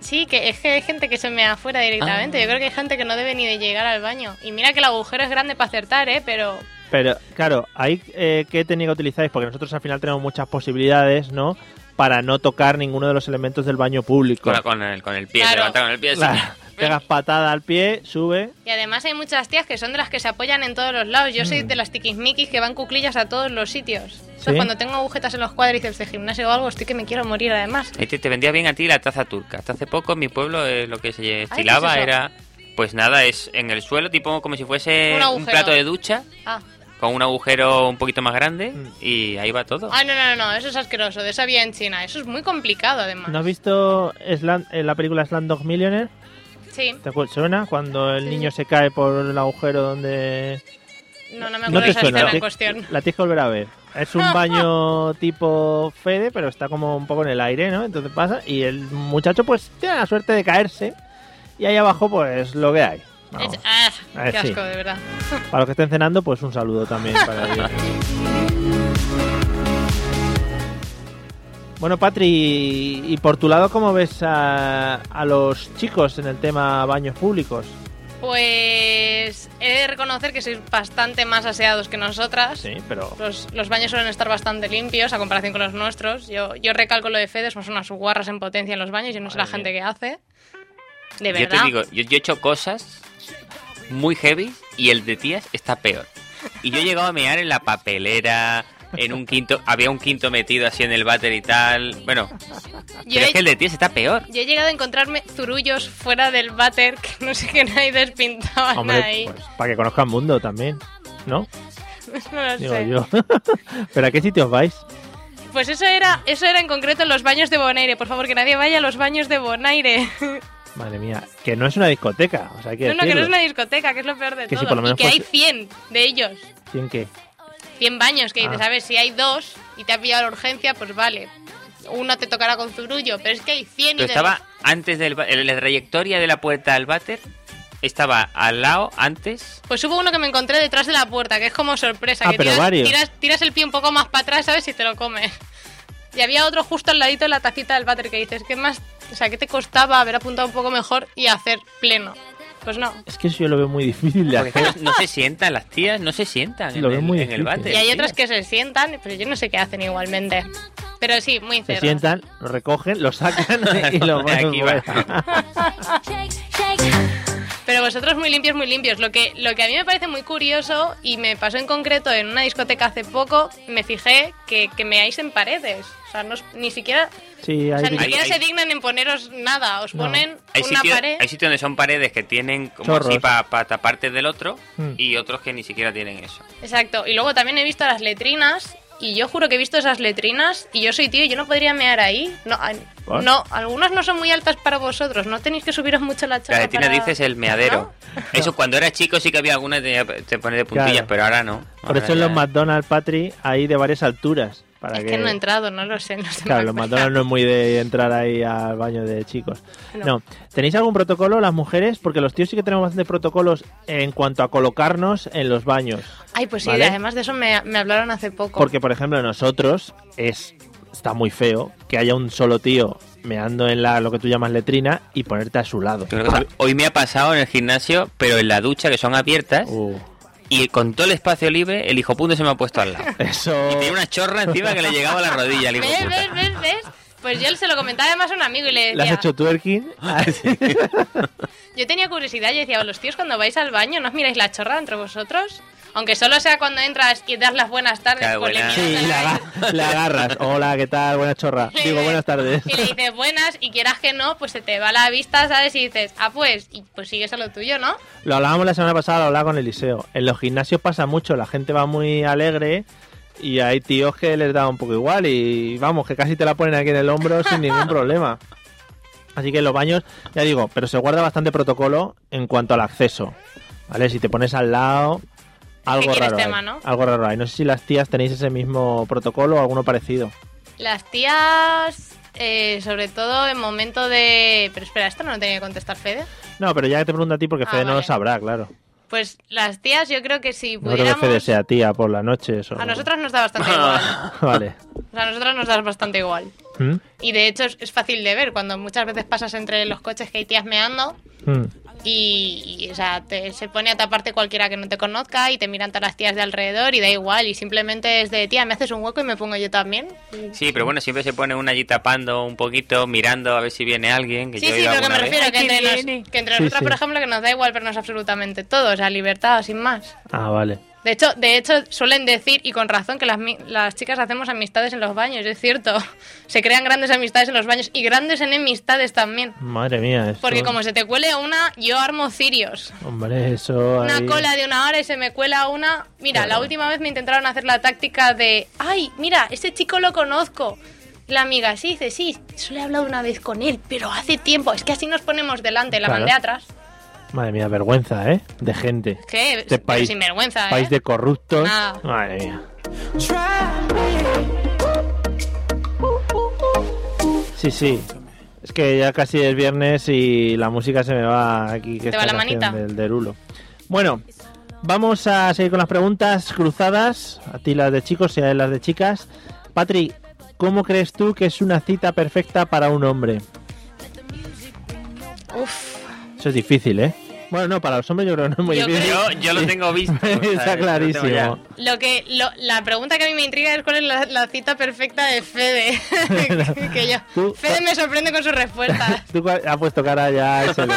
[SPEAKER 2] Sí, que es que hay gente que se mea afuera directamente.
[SPEAKER 3] Ah.
[SPEAKER 2] Yo creo que hay gente que no debe ni de llegar al baño. Y mira que el agujero es grande para acertar, ¿eh? Pero
[SPEAKER 1] Pero, claro, ahí eh, qué técnica utilizáis, porque nosotros al final tenemos muchas posibilidades, ¿no? Para no tocar ninguno de los elementos del baño público.
[SPEAKER 3] Con, con el, con el pie,
[SPEAKER 2] Claro.
[SPEAKER 3] levantar con el pie. así.
[SPEAKER 1] Claro, pegas patada al pie, sube.
[SPEAKER 2] Y además hay muchas tías que son de las que se apoyan en todos los lados. Yo soy de las tiquismiquis que van cuclillas a todos los sitios. O sea,
[SPEAKER 1] Mm. ¿Sí?
[SPEAKER 2] cuando tengo agujetas en los cuádriceps de gimnasio o algo, estoy que me quiero morir además.
[SPEAKER 3] Este te vendía bien a ti la taza turca. Hasta hace poco en mi pueblo eh, lo que se estilaba
[SPEAKER 2] eso?
[SPEAKER 3] era, pues nada, es en el suelo, tipo como si fuese
[SPEAKER 2] Un
[SPEAKER 3] un,
[SPEAKER 2] agujero.
[SPEAKER 3] plato de ducha
[SPEAKER 2] Ah,
[SPEAKER 3] con un agujero un poquito más grande
[SPEAKER 1] Mm.
[SPEAKER 3] y ahí va todo.
[SPEAKER 2] Ah, no, no, no, no, eso es asqueroso. De esa vía en China. Eso es muy complicado además.
[SPEAKER 1] ¿No has visto Slan- eh, la película Slandog Millionaire?
[SPEAKER 2] Sí,
[SPEAKER 1] ¿Te acuer- suena? Cuando el niño se cae por el agujero donde...
[SPEAKER 2] no, no me
[SPEAKER 1] No
[SPEAKER 2] acuerdo de
[SPEAKER 1] te
[SPEAKER 2] esa escena
[SPEAKER 1] suena.
[SPEAKER 2] en
[SPEAKER 1] Ti-
[SPEAKER 2] cuestión.
[SPEAKER 1] La tienes que volver a ver. Es un baño tipo Fede, pero está como un poco en el aire, ¿no? Entonces pasa y el muchacho pues tiene la suerte de caerse y ahí abajo pues lo que hay. Vamos.
[SPEAKER 2] Es- ah,
[SPEAKER 1] Eh,
[SPEAKER 2] qué
[SPEAKER 1] sí.
[SPEAKER 2] asco, de verdad.
[SPEAKER 1] Para los que estén cenando, pues un saludo también para ellos. Bueno, Patri, y por tu lado, ¿cómo ves a, a los chicos en el tema baños públicos?
[SPEAKER 2] Pues he de reconocer que sois bastante más aseados que nosotras.
[SPEAKER 1] Sí, pero
[SPEAKER 2] Los, los baños suelen estar bastante limpios a comparación con los nuestros. Yo, yo recalco lo de Fede, somos unas guarras en potencia en los baños, yo no sé la
[SPEAKER 1] Madre
[SPEAKER 2] gente que hace. De
[SPEAKER 3] yo
[SPEAKER 2] verdad.
[SPEAKER 3] te digo, yo, yo he hecho cosas muy heavy y el de tías está peor. Y yo he llegado a mear en la papelera, en un quinto, había un quinto metido así en el váter y tal. Bueno,
[SPEAKER 2] yo,
[SPEAKER 3] pero es
[SPEAKER 2] he,
[SPEAKER 3] que el de tías está peor.
[SPEAKER 2] yo he llegado a encontrarme zurullos fuera del váter que no sé qué nadie despintaban
[SPEAKER 1] hombre,
[SPEAKER 2] ahí.
[SPEAKER 1] pues, para que conozcan mundo también, ¿no?
[SPEAKER 2] No lo
[SPEAKER 1] Digo
[SPEAKER 2] sé.
[SPEAKER 1] yo. ¿Pero a qué sitios vais?
[SPEAKER 2] Pues eso era, eso era en concreto en los baños de Bonaire. Por favor, que nadie vaya a los baños de Bonaire.
[SPEAKER 1] Madre mía, que no es una discoteca, o sea, hay que
[SPEAKER 2] No, no, que no
[SPEAKER 1] decirlo.
[SPEAKER 2] es una discoteca, que es lo peor de
[SPEAKER 1] Que si
[SPEAKER 2] todo.
[SPEAKER 1] por lo menos pues
[SPEAKER 2] y que hay
[SPEAKER 1] fuese-
[SPEAKER 2] 100 de ellos.
[SPEAKER 1] ¿Quién qué?
[SPEAKER 2] 100 baños que dices,
[SPEAKER 1] Ah.
[SPEAKER 2] a ver, si hay dos y te ha pillado la urgencia, pues vale. Uno te tocará con zurullo, pero es que hay 100 y
[SPEAKER 3] Pero
[SPEAKER 2] de-
[SPEAKER 3] estaba antes del ba- en la trayectoria de la puerta al váter, estaba al lado antes.
[SPEAKER 2] Pues hubo uno que me encontré detrás de la puerta, que es como sorpresa.
[SPEAKER 1] Ah,
[SPEAKER 2] que
[SPEAKER 1] pero
[SPEAKER 2] tiras,
[SPEAKER 1] varios.
[SPEAKER 2] Tiras, tiras el pie un poco más para atrás, ¿sabes? Si te lo comes. Y había otro justo al ladito de la tacita del váter que dices, ¿qué más? O sea, ¿qué te costaba haber apuntado un poco mejor y hacer pleno? Pues no.
[SPEAKER 1] Es que eso yo lo veo muy difícil de
[SPEAKER 3] Porque es que
[SPEAKER 1] hacer.
[SPEAKER 3] no, no se sientan las tías, no se sientan
[SPEAKER 1] Lo
[SPEAKER 3] en,
[SPEAKER 1] veo
[SPEAKER 3] el,
[SPEAKER 1] muy
[SPEAKER 3] en el
[SPEAKER 1] difícil.
[SPEAKER 3] váter.
[SPEAKER 2] Y hay
[SPEAKER 3] tío.
[SPEAKER 2] otras que se sientan, pero yo no sé qué hacen igualmente. Pero sí, muy
[SPEAKER 1] Se
[SPEAKER 2] cerdo.
[SPEAKER 1] sientan, lo recogen, lo sacan y lo ponen
[SPEAKER 3] Aquí va.
[SPEAKER 1] fuera.
[SPEAKER 2] Pero vosotros muy limpios, muy limpios. Lo que, lo que a mí me parece muy curioso, y me pasó en concreto en una discoteca hace poco, me fijé que, que meáis en paredes. O sea, no os- ni siquiera,
[SPEAKER 1] Sí,
[SPEAKER 2] o sea,
[SPEAKER 1] hay
[SPEAKER 2] ni
[SPEAKER 3] Hay-
[SPEAKER 2] siquiera
[SPEAKER 3] hay-
[SPEAKER 2] se dignan en poneros nada. Os
[SPEAKER 1] No.
[SPEAKER 2] ponen
[SPEAKER 3] Hay
[SPEAKER 2] una
[SPEAKER 3] sitios
[SPEAKER 2] pared.
[SPEAKER 3] hay sitios donde son paredes que tienen como
[SPEAKER 1] Chorros.
[SPEAKER 3] así para taparte del otro
[SPEAKER 1] Hmm.
[SPEAKER 3] y otros que ni siquiera tienen eso.
[SPEAKER 2] Exacto. Y luego también he visto las letrinas. Y yo juro que he visto esas letrinas y yo soy tío, y yo no podría mear ahí. No, a-
[SPEAKER 1] ¿What?
[SPEAKER 2] no, algunas no son muy altas para vosotros, no tenéis que subiros mucho la
[SPEAKER 3] La
[SPEAKER 2] charla.
[SPEAKER 3] letina dices el meadero. Eso cuando era chico sí que había alguna que tenía- te pone de puntillas,
[SPEAKER 1] Claro.
[SPEAKER 3] pero ahora no.
[SPEAKER 1] Por
[SPEAKER 3] Ahora
[SPEAKER 1] eso en los
[SPEAKER 3] ya-
[SPEAKER 1] McDonald's, Patri, hay de varias alturas. Para
[SPEAKER 2] Es que no he entrado, no lo sé. No sé
[SPEAKER 1] Claro, los
[SPEAKER 2] más.
[SPEAKER 1] McDonald's no es muy de entrar ahí al baño de chicos. No.
[SPEAKER 2] No.
[SPEAKER 1] ¿Tenéis algún protocolo las mujeres? Porque los tíos sí que tenemos bastante protocolos en cuanto a colocarnos en los baños.
[SPEAKER 2] Ay, pues sí,
[SPEAKER 1] ¿Vale?
[SPEAKER 2] además de eso me, me hablaron hace poco.
[SPEAKER 1] Porque, por ejemplo, nosotros es está muy feo que haya un solo tío meando en la lo que tú llamas letrina y ponerte a su lado. Ah.
[SPEAKER 3] Yo creo que- Hoy me ha pasado en el gimnasio, pero en la ducha que son abiertas,
[SPEAKER 1] Uh,
[SPEAKER 3] y con todo el espacio libre, el hijo punto se me ha puesto al lado.
[SPEAKER 1] Eso.
[SPEAKER 3] Tiene una chorra encima que le llegaba a la rodilla al hijo
[SPEAKER 2] ¿Ves,
[SPEAKER 3] puta.
[SPEAKER 2] ves, ves, ves? Pues yo se lo comentaba además a un amigo y le
[SPEAKER 1] ¿Le has
[SPEAKER 2] decía...
[SPEAKER 1] hecho twerking?
[SPEAKER 2] Yo tenía curiosidad y decía, los tíos cuando vais al baño, ¿no os miráis la chorra entre vosotros? Aunque solo sea cuando entras y das las buenas tardes
[SPEAKER 3] Claro,
[SPEAKER 2] pues le
[SPEAKER 3] buenas.
[SPEAKER 2] miras
[SPEAKER 1] Sí,
[SPEAKER 2] a
[SPEAKER 1] y la,
[SPEAKER 2] la-
[SPEAKER 1] aga- la agarras. Hola, ¿qué tal? Buenas chorra. Digo, buenas tardes.
[SPEAKER 2] eh. Y le dices buenas y quieras que no, pues se te va la vista, ¿sabes? Y dices, ah, pues, y pues sigues a lo tuyo, ¿no?
[SPEAKER 1] Lo hablábamos la semana pasada, lo hablaba con Eliseo. En los gimnasios pasa mucho, la gente va muy alegre y hay tíos que les da un poco igual y vamos, que casi te la ponen aquí en el hombro sin ningún problema. Así que en los baños, ya digo, pero se guarda bastante protocolo en cuanto al acceso. ¿Vale? Si te pones al lado, algo
[SPEAKER 2] quieres,
[SPEAKER 1] raro. hay,
[SPEAKER 2] tema, no?
[SPEAKER 1] Algo raro hay. No sé si las tías tenéis ese mismo protocolo o alguno parecido.
[SPEAKER 2] Las tías, eh, sobre todo en momento de... Pero espera, esto no lo tenía que contestar Fede.
[SPEAKER 1] No, pero ya te pregunto a ti porque
[SPEAKER 2] Ah,
[SPEAKER 1] Fede no lo
[SPEAKER 2] vale.
[SPEAKER 1] sabrá, claro.
[SPEAKER 2] Pues las tías yo creo que si
[SPEAKER 1] No creo que
[SPEAKER 2] pudiéramos...
[SPEAKER 1] Fede sea tía por las noches. o-
[SPEAKER 2] a nosotras nos da bastante igual.
[SPEAKER 1] Vale.
[SPEAKER 2] O sea, a nosotras nos da bastante igual.
[SPEAKER 1] ¿Mm?
[SPEAKER 2] Y de hecho es, es fácil de ver cuando muchas veces pasas entre los coches que hay tías meando
[SPEAKER 1] ¿Mm?
[SPEAKER 2] y, y, o sea, te- se pone a taparte cualquiera que no te conozca y te miran todas las tías de alrededor y da igual y simplemente es de tía, me haces un hueco y me pongo yo también.
[SPEAKER 3] Sí, pero bueno, siempre se pone una allí tapando un poquito, mirando a ver si viene alguien. Que
[SPEAKER 2] Sí,
[SPEAKER 3] yo he
[SPEAKER 2] sí,
[SPEAKER 3] ido
[SPEAKER 2] lo que me
[SPEAKER 3] alguna vez.
[SPEAKER 2] refiero, que entre, nos- que entre
[SPEAKER 1] Sí,
[SPEAKER 2] nosotras,
[SPEAKER 1] sí.
[SPEAKER 2] por ejemplo, que nos da igual vernos absolutamente todo, o sea, libertad, sin más.
[SPEAKER 1] Ah, vale.
[SPEAKER 2] De hecho, de hecho, suelen decir, y con razón, que las, mi- las chicas hacemos amistades en los baños, es cierto. Se crean grandes amistades en los baños y grandes enemistades también.
[SPEAKER 1] Madre mía, eso.
[SPEAKER 2] Porque como se te cuele una, yo armo cirios.
[SPEAKER 1] Hombre, eso.
[SPEAKER 2] Una
[SPEAKER 1] ahí-
[SPEAKER 2] cola de una hora y se me cuela una. Mira,
[SPEAKER 1] Claro.
[SPEAKER 2] la última vez me intentaron hacer la táctica de, ay, mira, este chico lo conozco. La amiga, sí, dice, sí, solo he hablado una vez con él, pero hace tiempo. Es que así nos ponemos delante, la
[SPEAKER 1] Claro.
[SPEAKER 2] mandé atrás.
[SPEAKER 1] Madre mía, vergüenza, ¿eh? De gente.
[SPEAKER 2] ¿Qué?
[SPEAKER 1] Este
[SPEAKER 2] Pero
[SPEAKER 1] país.
[SPEAKER 2] sin vergüenza, ¿eh?
[SPEAKER 1] País de corruptos.
[SPEAKER 2] Nada.
[SPEAKER 1] Madre mía. Sí, sí. Es que ya casi es viernes y la música se me va aquí. Que
[SPEAKER 2] Te va
[SPEAKER 1] esta
[SPEAKER 2] la
[SPEAKER 1] canción
[SPEAKER 2] manita.
[SPEAKER 1] Del derulo. Bueno, vamos a seguir con las preguntas cruzadas. A ti las de chicos y a él las de chicas. Patri, ¿cómo crees tú que es una cita perfecta para un hombre?
[SPEAKER 2] Uf.
[SPEAKER 1] Eso es difícil, ¿eh? Bueno, no, para los hombres yo creo que no es muy
[SPEAKER 2] Yo
[SPEAKER 1] difícil.
[SPEAKER 3] Yo, yo lo tengo visto. ¿sabes? Yo lo
[SPEAKER 1] Está
[SPEAKER 3] tengo ya.
[SPEAKER 1] clarísimo.
[SPEAKER 2] Lo que, lo- la pregunta que a mí me intriga es cuál es la, la cita perfecta de Fede. que yo-
[SPEAKER 1] Tú-
[SPEAKER 2] Fede me sorprende con sus respuestas.
[SPEAKER 1] Tú cuál- ha puesto cara ya. y se le-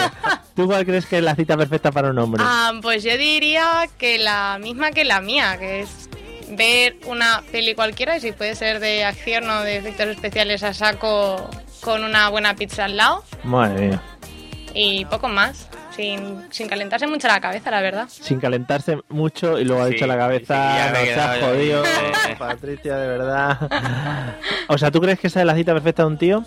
[SPEAKER 1] ¿Tú cuál crees que es la cita perfecta para un hombre?
[SPEAKER 2] Ah, pues yo diría que la misma que la mía, que es ver una peli cualquiera, y si puede ser de acción o de efectos especiales a saco con una buena pizza al lado
[SPEAKER 1] Madre mía.
[SPEAKER 2] y poco más, sin, sin calentarse mucho la cabeza, la verdad.
[SPEAKER 1] Sin calentarse mucho y luego ha
[SPEAKER 3] Sí,
[SPEAKER 1] dicho la
[SPEAKER 3] sí,
[SPEAKER 1] cabeza,
[SPEAKER 3] ya me he
[SPEAKER 1] nos has
[SPEAKER 3] quedado yo
[SPEAKER 1] jodido.
[SPEAKER 3] ahí, eh.
[SPEAKER 1] Patricia, de verdad. O sea, ¿tú crees que esa es la cita perfecta de un tío?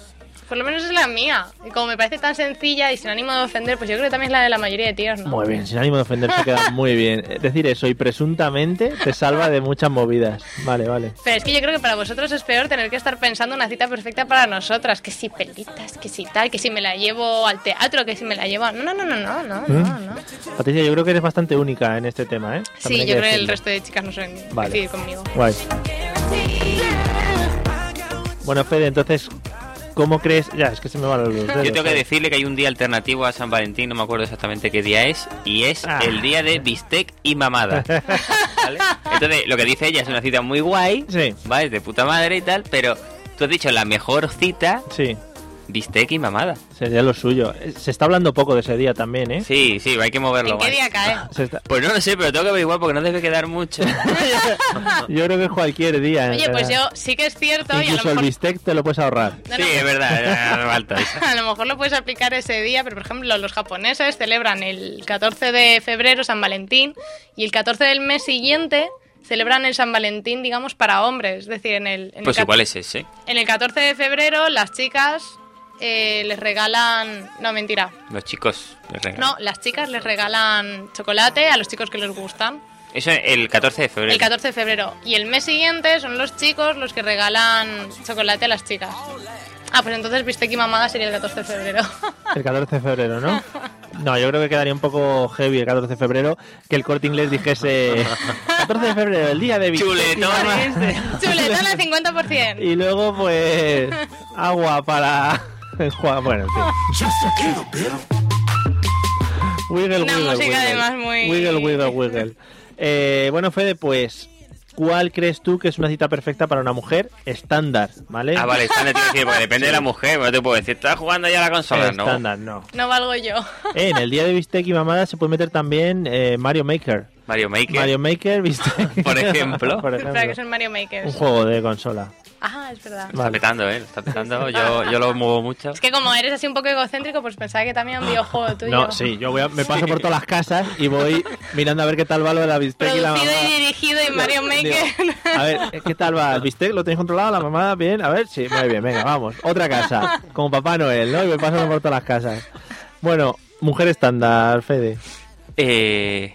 [SPEAKER 2] Por lo menos es la mía. Y como me parece tan sencilla y sin ánimo de ofender, pues yo creo que también es la de la mayoría de tíos, ¿no?
[SPEAKER 1] Muy bien, sin ánimo de ofender, se queda muy bien. Eh, Decir eso y presuntamente te salva de muchas movidas. Vale, vale.
[SPEAKER 2] Pero es que yo creo que para vosotros es peor tener que estar pensando una cita perfecta para nosotras. Que si pelitas, que si tal, que si me la llevo al teatro, que si me la llevo... a- No, no, no, no, no,
[SPEAKER 1] ¿Eh?
[SPEAKER 2] no, no. no.
[SPEAKER 1] Patricia, yo creo que eres bastante única en este tema, ¿eh? También hay
[SPEAKER 2] Sí, yo creo que
[SPEAKER 1] decirlo.
[SPEAKER 2] el resto de chicas no suelen
[SPEAKER 1] Vale.
[SPEAKER 2] coincidir conmigo.
[SPEAKER 1] Guay. Bueno, Fede, entonces, ¿cómo crees? Ya, es que se me van los dedos.
[SPEAKER 3] Yo tengo que
[SPEAKER 1] ¿eh?
[SPEAKER 3] decirle que hay un día alternativo a San Valentín, no me acuerdo exactamente qué día es, y es
[SPEAKER 1] Ah.
[SPEAKER 3] el día de bistec y mamada. ¿Vale? Entonces, lo que dice ella es una cita muy guay,
[SPEAKER 1] Sí.
[SPEAKER 3] ¿vale? De puta madre y tal, pero tú has dicho la mejor cita,
[SPEAKER 1] Sí,
[SPEAKER 3] bistec y mamada.
[SPEAKER 1] sería lo suyo. Eh, Se está hablando poco de ese día también, ¿eh?
[SPEAKER 3] Sí, sí, hay que moverlo
[SPEAKER 2] ¿En qué
[SPEAKER 3] más.
[SPEAKER 2] día cae?
[SPEAKER 1] Se está-
[SPEAKER 3] Pues no lo sé, pero tengo que averiguar porque no debe quedar mucho.
[SPEAKER 1] Yo creo que cualquier día. en
[SPEAKER 2] Oye, pues
[SPEAKER 1] realidad.
[SPEAKER 2] yo sí que es cierto y a lo
[SPEAKER 1] Incluso el
[SPEAKER 2] mejor...
[SPEAKER 1] bistec te lo puedes ahorrar.
[SPEAKER 2] no,
[SPEAKER 3] sí,
[SPEAKER 2] no,
[SPEAKER 3] es verdad, no falta eso.
[SPEAKER 2] A lo mejor lo puedes aplicar ese día, pero por ejemplo los japoneses celebran el 14 de febrero San Valentín y el 14 del mes siguiente celebran el San Valentín, digamos, para hombres. Es decir, en el, en
[SPEAKER 3] Pues
[SPEAKER 2] el, cat-
[SPEAKER 3] igual es ese.
[SPEAKER 2] en el 14 de febrero las chicas eh, les regalan... No, mentira.
[SPEAKER 3] Los chicos. les regalan.
[SPEAKER 2] No, las chicas les regalan chocolate a los chicos que les gustan.
[SPEAKER 3] Eso es el 14 de febrero.
[SPEAKER 2] El 14 de febrero. Y el mes siguiente son los chicos los que regalan chocolate a las chicas. Ah, pues entonces bistec y mamada sería el 14 de febrero.
[SPEAKER 1] El 14 de febrero, ¿no? No, yo creo que quedaría un poco heavy el 14 de febrero que el corte inglés dijese 14 de febrero, el día de bistec.
[SPEAKER 3] Chuletón.
[SPEAKER 2] Chuletón al 50%.
[SPEAKER 1] Y luego, pues, agua para. Juan- bueno, en fin. Wiggle,
[SPEAKER 2] Una
[SPEAKER 1] wiggle,
[SPEAKER 2] música
[SPEAKER 1] wiggle.
[SPEAKER 2] además muy-
[SPEAKER 1] Wiggle, wiggle, wiggle. Eh, bueno, Fede, pues, ¿cuál crees tú que es una cita perfecta para una mujer estándar? ¿Vale?
[SPEAKER 3] Ah, vale, estándar, tío, sí, porque depende de la mujer, pues no te puedo decir, estás jugando ya a la consola, ¿no?
[SPEAKER 1] estándar, no.
[SPEAKER 2] No valgo yo.
[SPEAKER 1] Eh, en el día de Bistec y Mamada se puede meter también eh, Mario Maker.
[SPEAKER 3] Mario Maker.
[SPEAKER 1] Mario Maker, Bistec.
[SPEAKER 3] Por ejemplo.
[SPEAKER 1] Por ejemplo.
[SPEAKER 2] Espera, que son Mario
[SPEAKER 1] Un
[SPEAKER 2] Makers.
[SPEAKER 1] juego de consola.
[SPEAKER 2] Ah, es verdad.
[SPEAKER 3] Está petando, ¿eh? Está petando. Yo, yo lo muevo mucho.
[SPEAKER 2] Es que como eres así un poco egocéntrico, pues pensaba que también un videojuego tuyo.
[SPEAKER 1] No, sí, yo voy a- me paso por todas las casas y voy mirando a ver qué tal va lo de la Bistec y la
[SPEAKER 2] Producido
[SPEAKER 1] Mamada.
[SPEAKER 2] y dirigido y Mario
[SPEAKER 1] Digo,
[SPEAKER 2] Maker.
[SPEAKER 1] A ver, ¿qué tal va? ¿Viste? ¿Lo tenéis controlado? ¿La mamada? ¿Bien? A ver, sí, muy bien, venga, vamos. Otra casa, como Papá Noel, ¿no? Y me pasan por todas las casas. Bueno, mujer estándar, Fede.
[SPEAKER 3] Eh,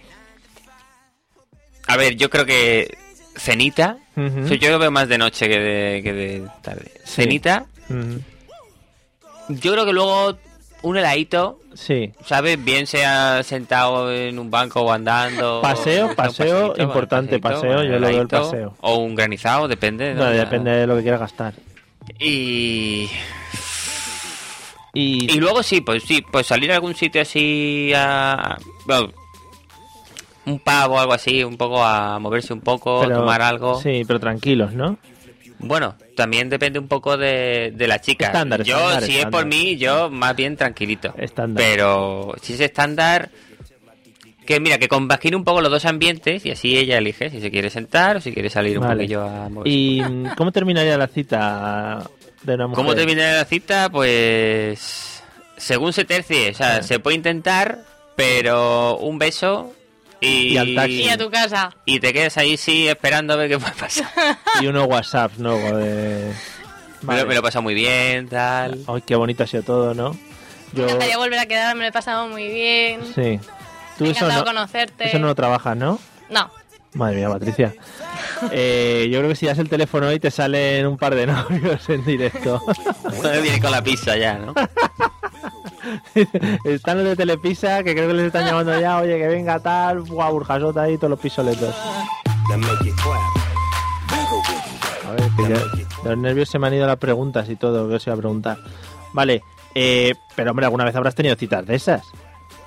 [SPEAKER 3] a ver, yo creo que cenita.
[SPEAKER 1] Ujú.
[SPEAKER 3] Sí, Yo lo veo más de noche que de, que de tarde.
[SPEAKER 1] Sí.
[SPEAKER 3] Cenita.
[SPEAKER 1] Mm,
[SPEAKER 3] Yo creo que luego un heladito,
[SPEAKER 1] sí.
[SPEAKER 3] ¿sabes? Bien sea sentado en un banco o andando.
[SPEAKER 1] Paseo,
[SPEAKER 3] o un
[SPEAKER 1] paseo,
[SPEAKER 3] paseíto,
[SPEAKER 1] importante,
[SPEAKER 3] un paseíto,
[SPEAKER 1] paseo,
[SPEAKER 3] un
[SPEAKER 1] yo le doy el
[SPEAKER 3] heladito,
[SPEAKER 1] paseo.
[SPEAKER 3] O un granizado, depende.
[SPEAKER 1] No,
[SPEAKER 3] O sea,
[SPEAKER 1] depende de lo que quieras gastar.
[SPEAKER 3] Y,
[SPEAKER 1] Y,
[SPEAKER 3] y luego sí, pues sí, pues salir a algún sitio así a... bueno, un pavo o algo así, un poco a moverse un poco,
[SPEAKER 1] pero-
[SPEAKER 3] tomar algo.
[SPEAKER 1] Sí, pero tranquilos, ¿no?
[SPEAKER 3] Bueno, también depende un poco de, de la chica.
[SPEAKER 1] Estándar,
[SPEAKER 3] yo,
[SPEAKER 1] estándar,
[SPEAKER 3] si
[SPEAKER 1] estándar.
[SPEAKER 3] es por mí, yo más bien tranquilito.
[SPEAKER 1] Estándar.
[SPEAKER 3] Pero si es estándar, que mira, que compagine un poco los dos ambientes y así ella elige si se quiere sentar o si quiere salir un
[SPEAKER 1] Vale.
[SPEAKER 3] poquillo a moverse.
[SPEAKER 1] ¿Y mm, cómo terminaría la cita de una mujer?
[SPEAKER 3] ¿Cómo termina la cita? Pues. Según se tercie. O sea,
[SPEAKER 1] Eh.
[SPEAKER 3] se puede intentar, pero un beso y.
[SPEAKER 1] Y al taxi.
[SPEAKER 2] Y a tu casa.
[SPEAKER 3] y te quedas ahí, sí, esperando a ver qué puede pasar.
[SPEAKER 1] Y unos WhatsApps luego de...
[SPEAKER 3] Me,
[SPEAKER 1] Vale.
[SPEAKER 3] lo, me lo he pasado muy bien, tal.
[SPEAKER 1] Ay, qué bonito ha sido todo, ¿no? Yo...
[SPEAKER 2] Me encantaría volver a quedar, me lo he pasado muy bien.
[SPEAKER 1] Sí. Tú
[SPEAKER 2] me ha
[SPEAKER 1] eso
[SPEAKER 2] encantado
[SPEAKER 1] no,
[SPEAKER 2] conocerte.
[SPEAKER 1] eso no lo trabajas, ¿no?
[SPEAKER 2] No.
[SPEAKER 1] Madre mía, Patricia. Eh, yo creo que si das el teléfono hoy te salen un par de novios en directo.
[SPEAKER 3] Viene con la pizza ya, ¿no?
[SPEAKER 1] están los de Telepisa que creo que les están llamando ya, oye, que venga tal, guau, Burjasota ahí, todos los pisoletos. A ver, que ya- los nervios se me han ido a las preguntas y todo, que os iba a preguntar. Vale, eh, pero hombre, alguna vez habrás tenido citas de esas.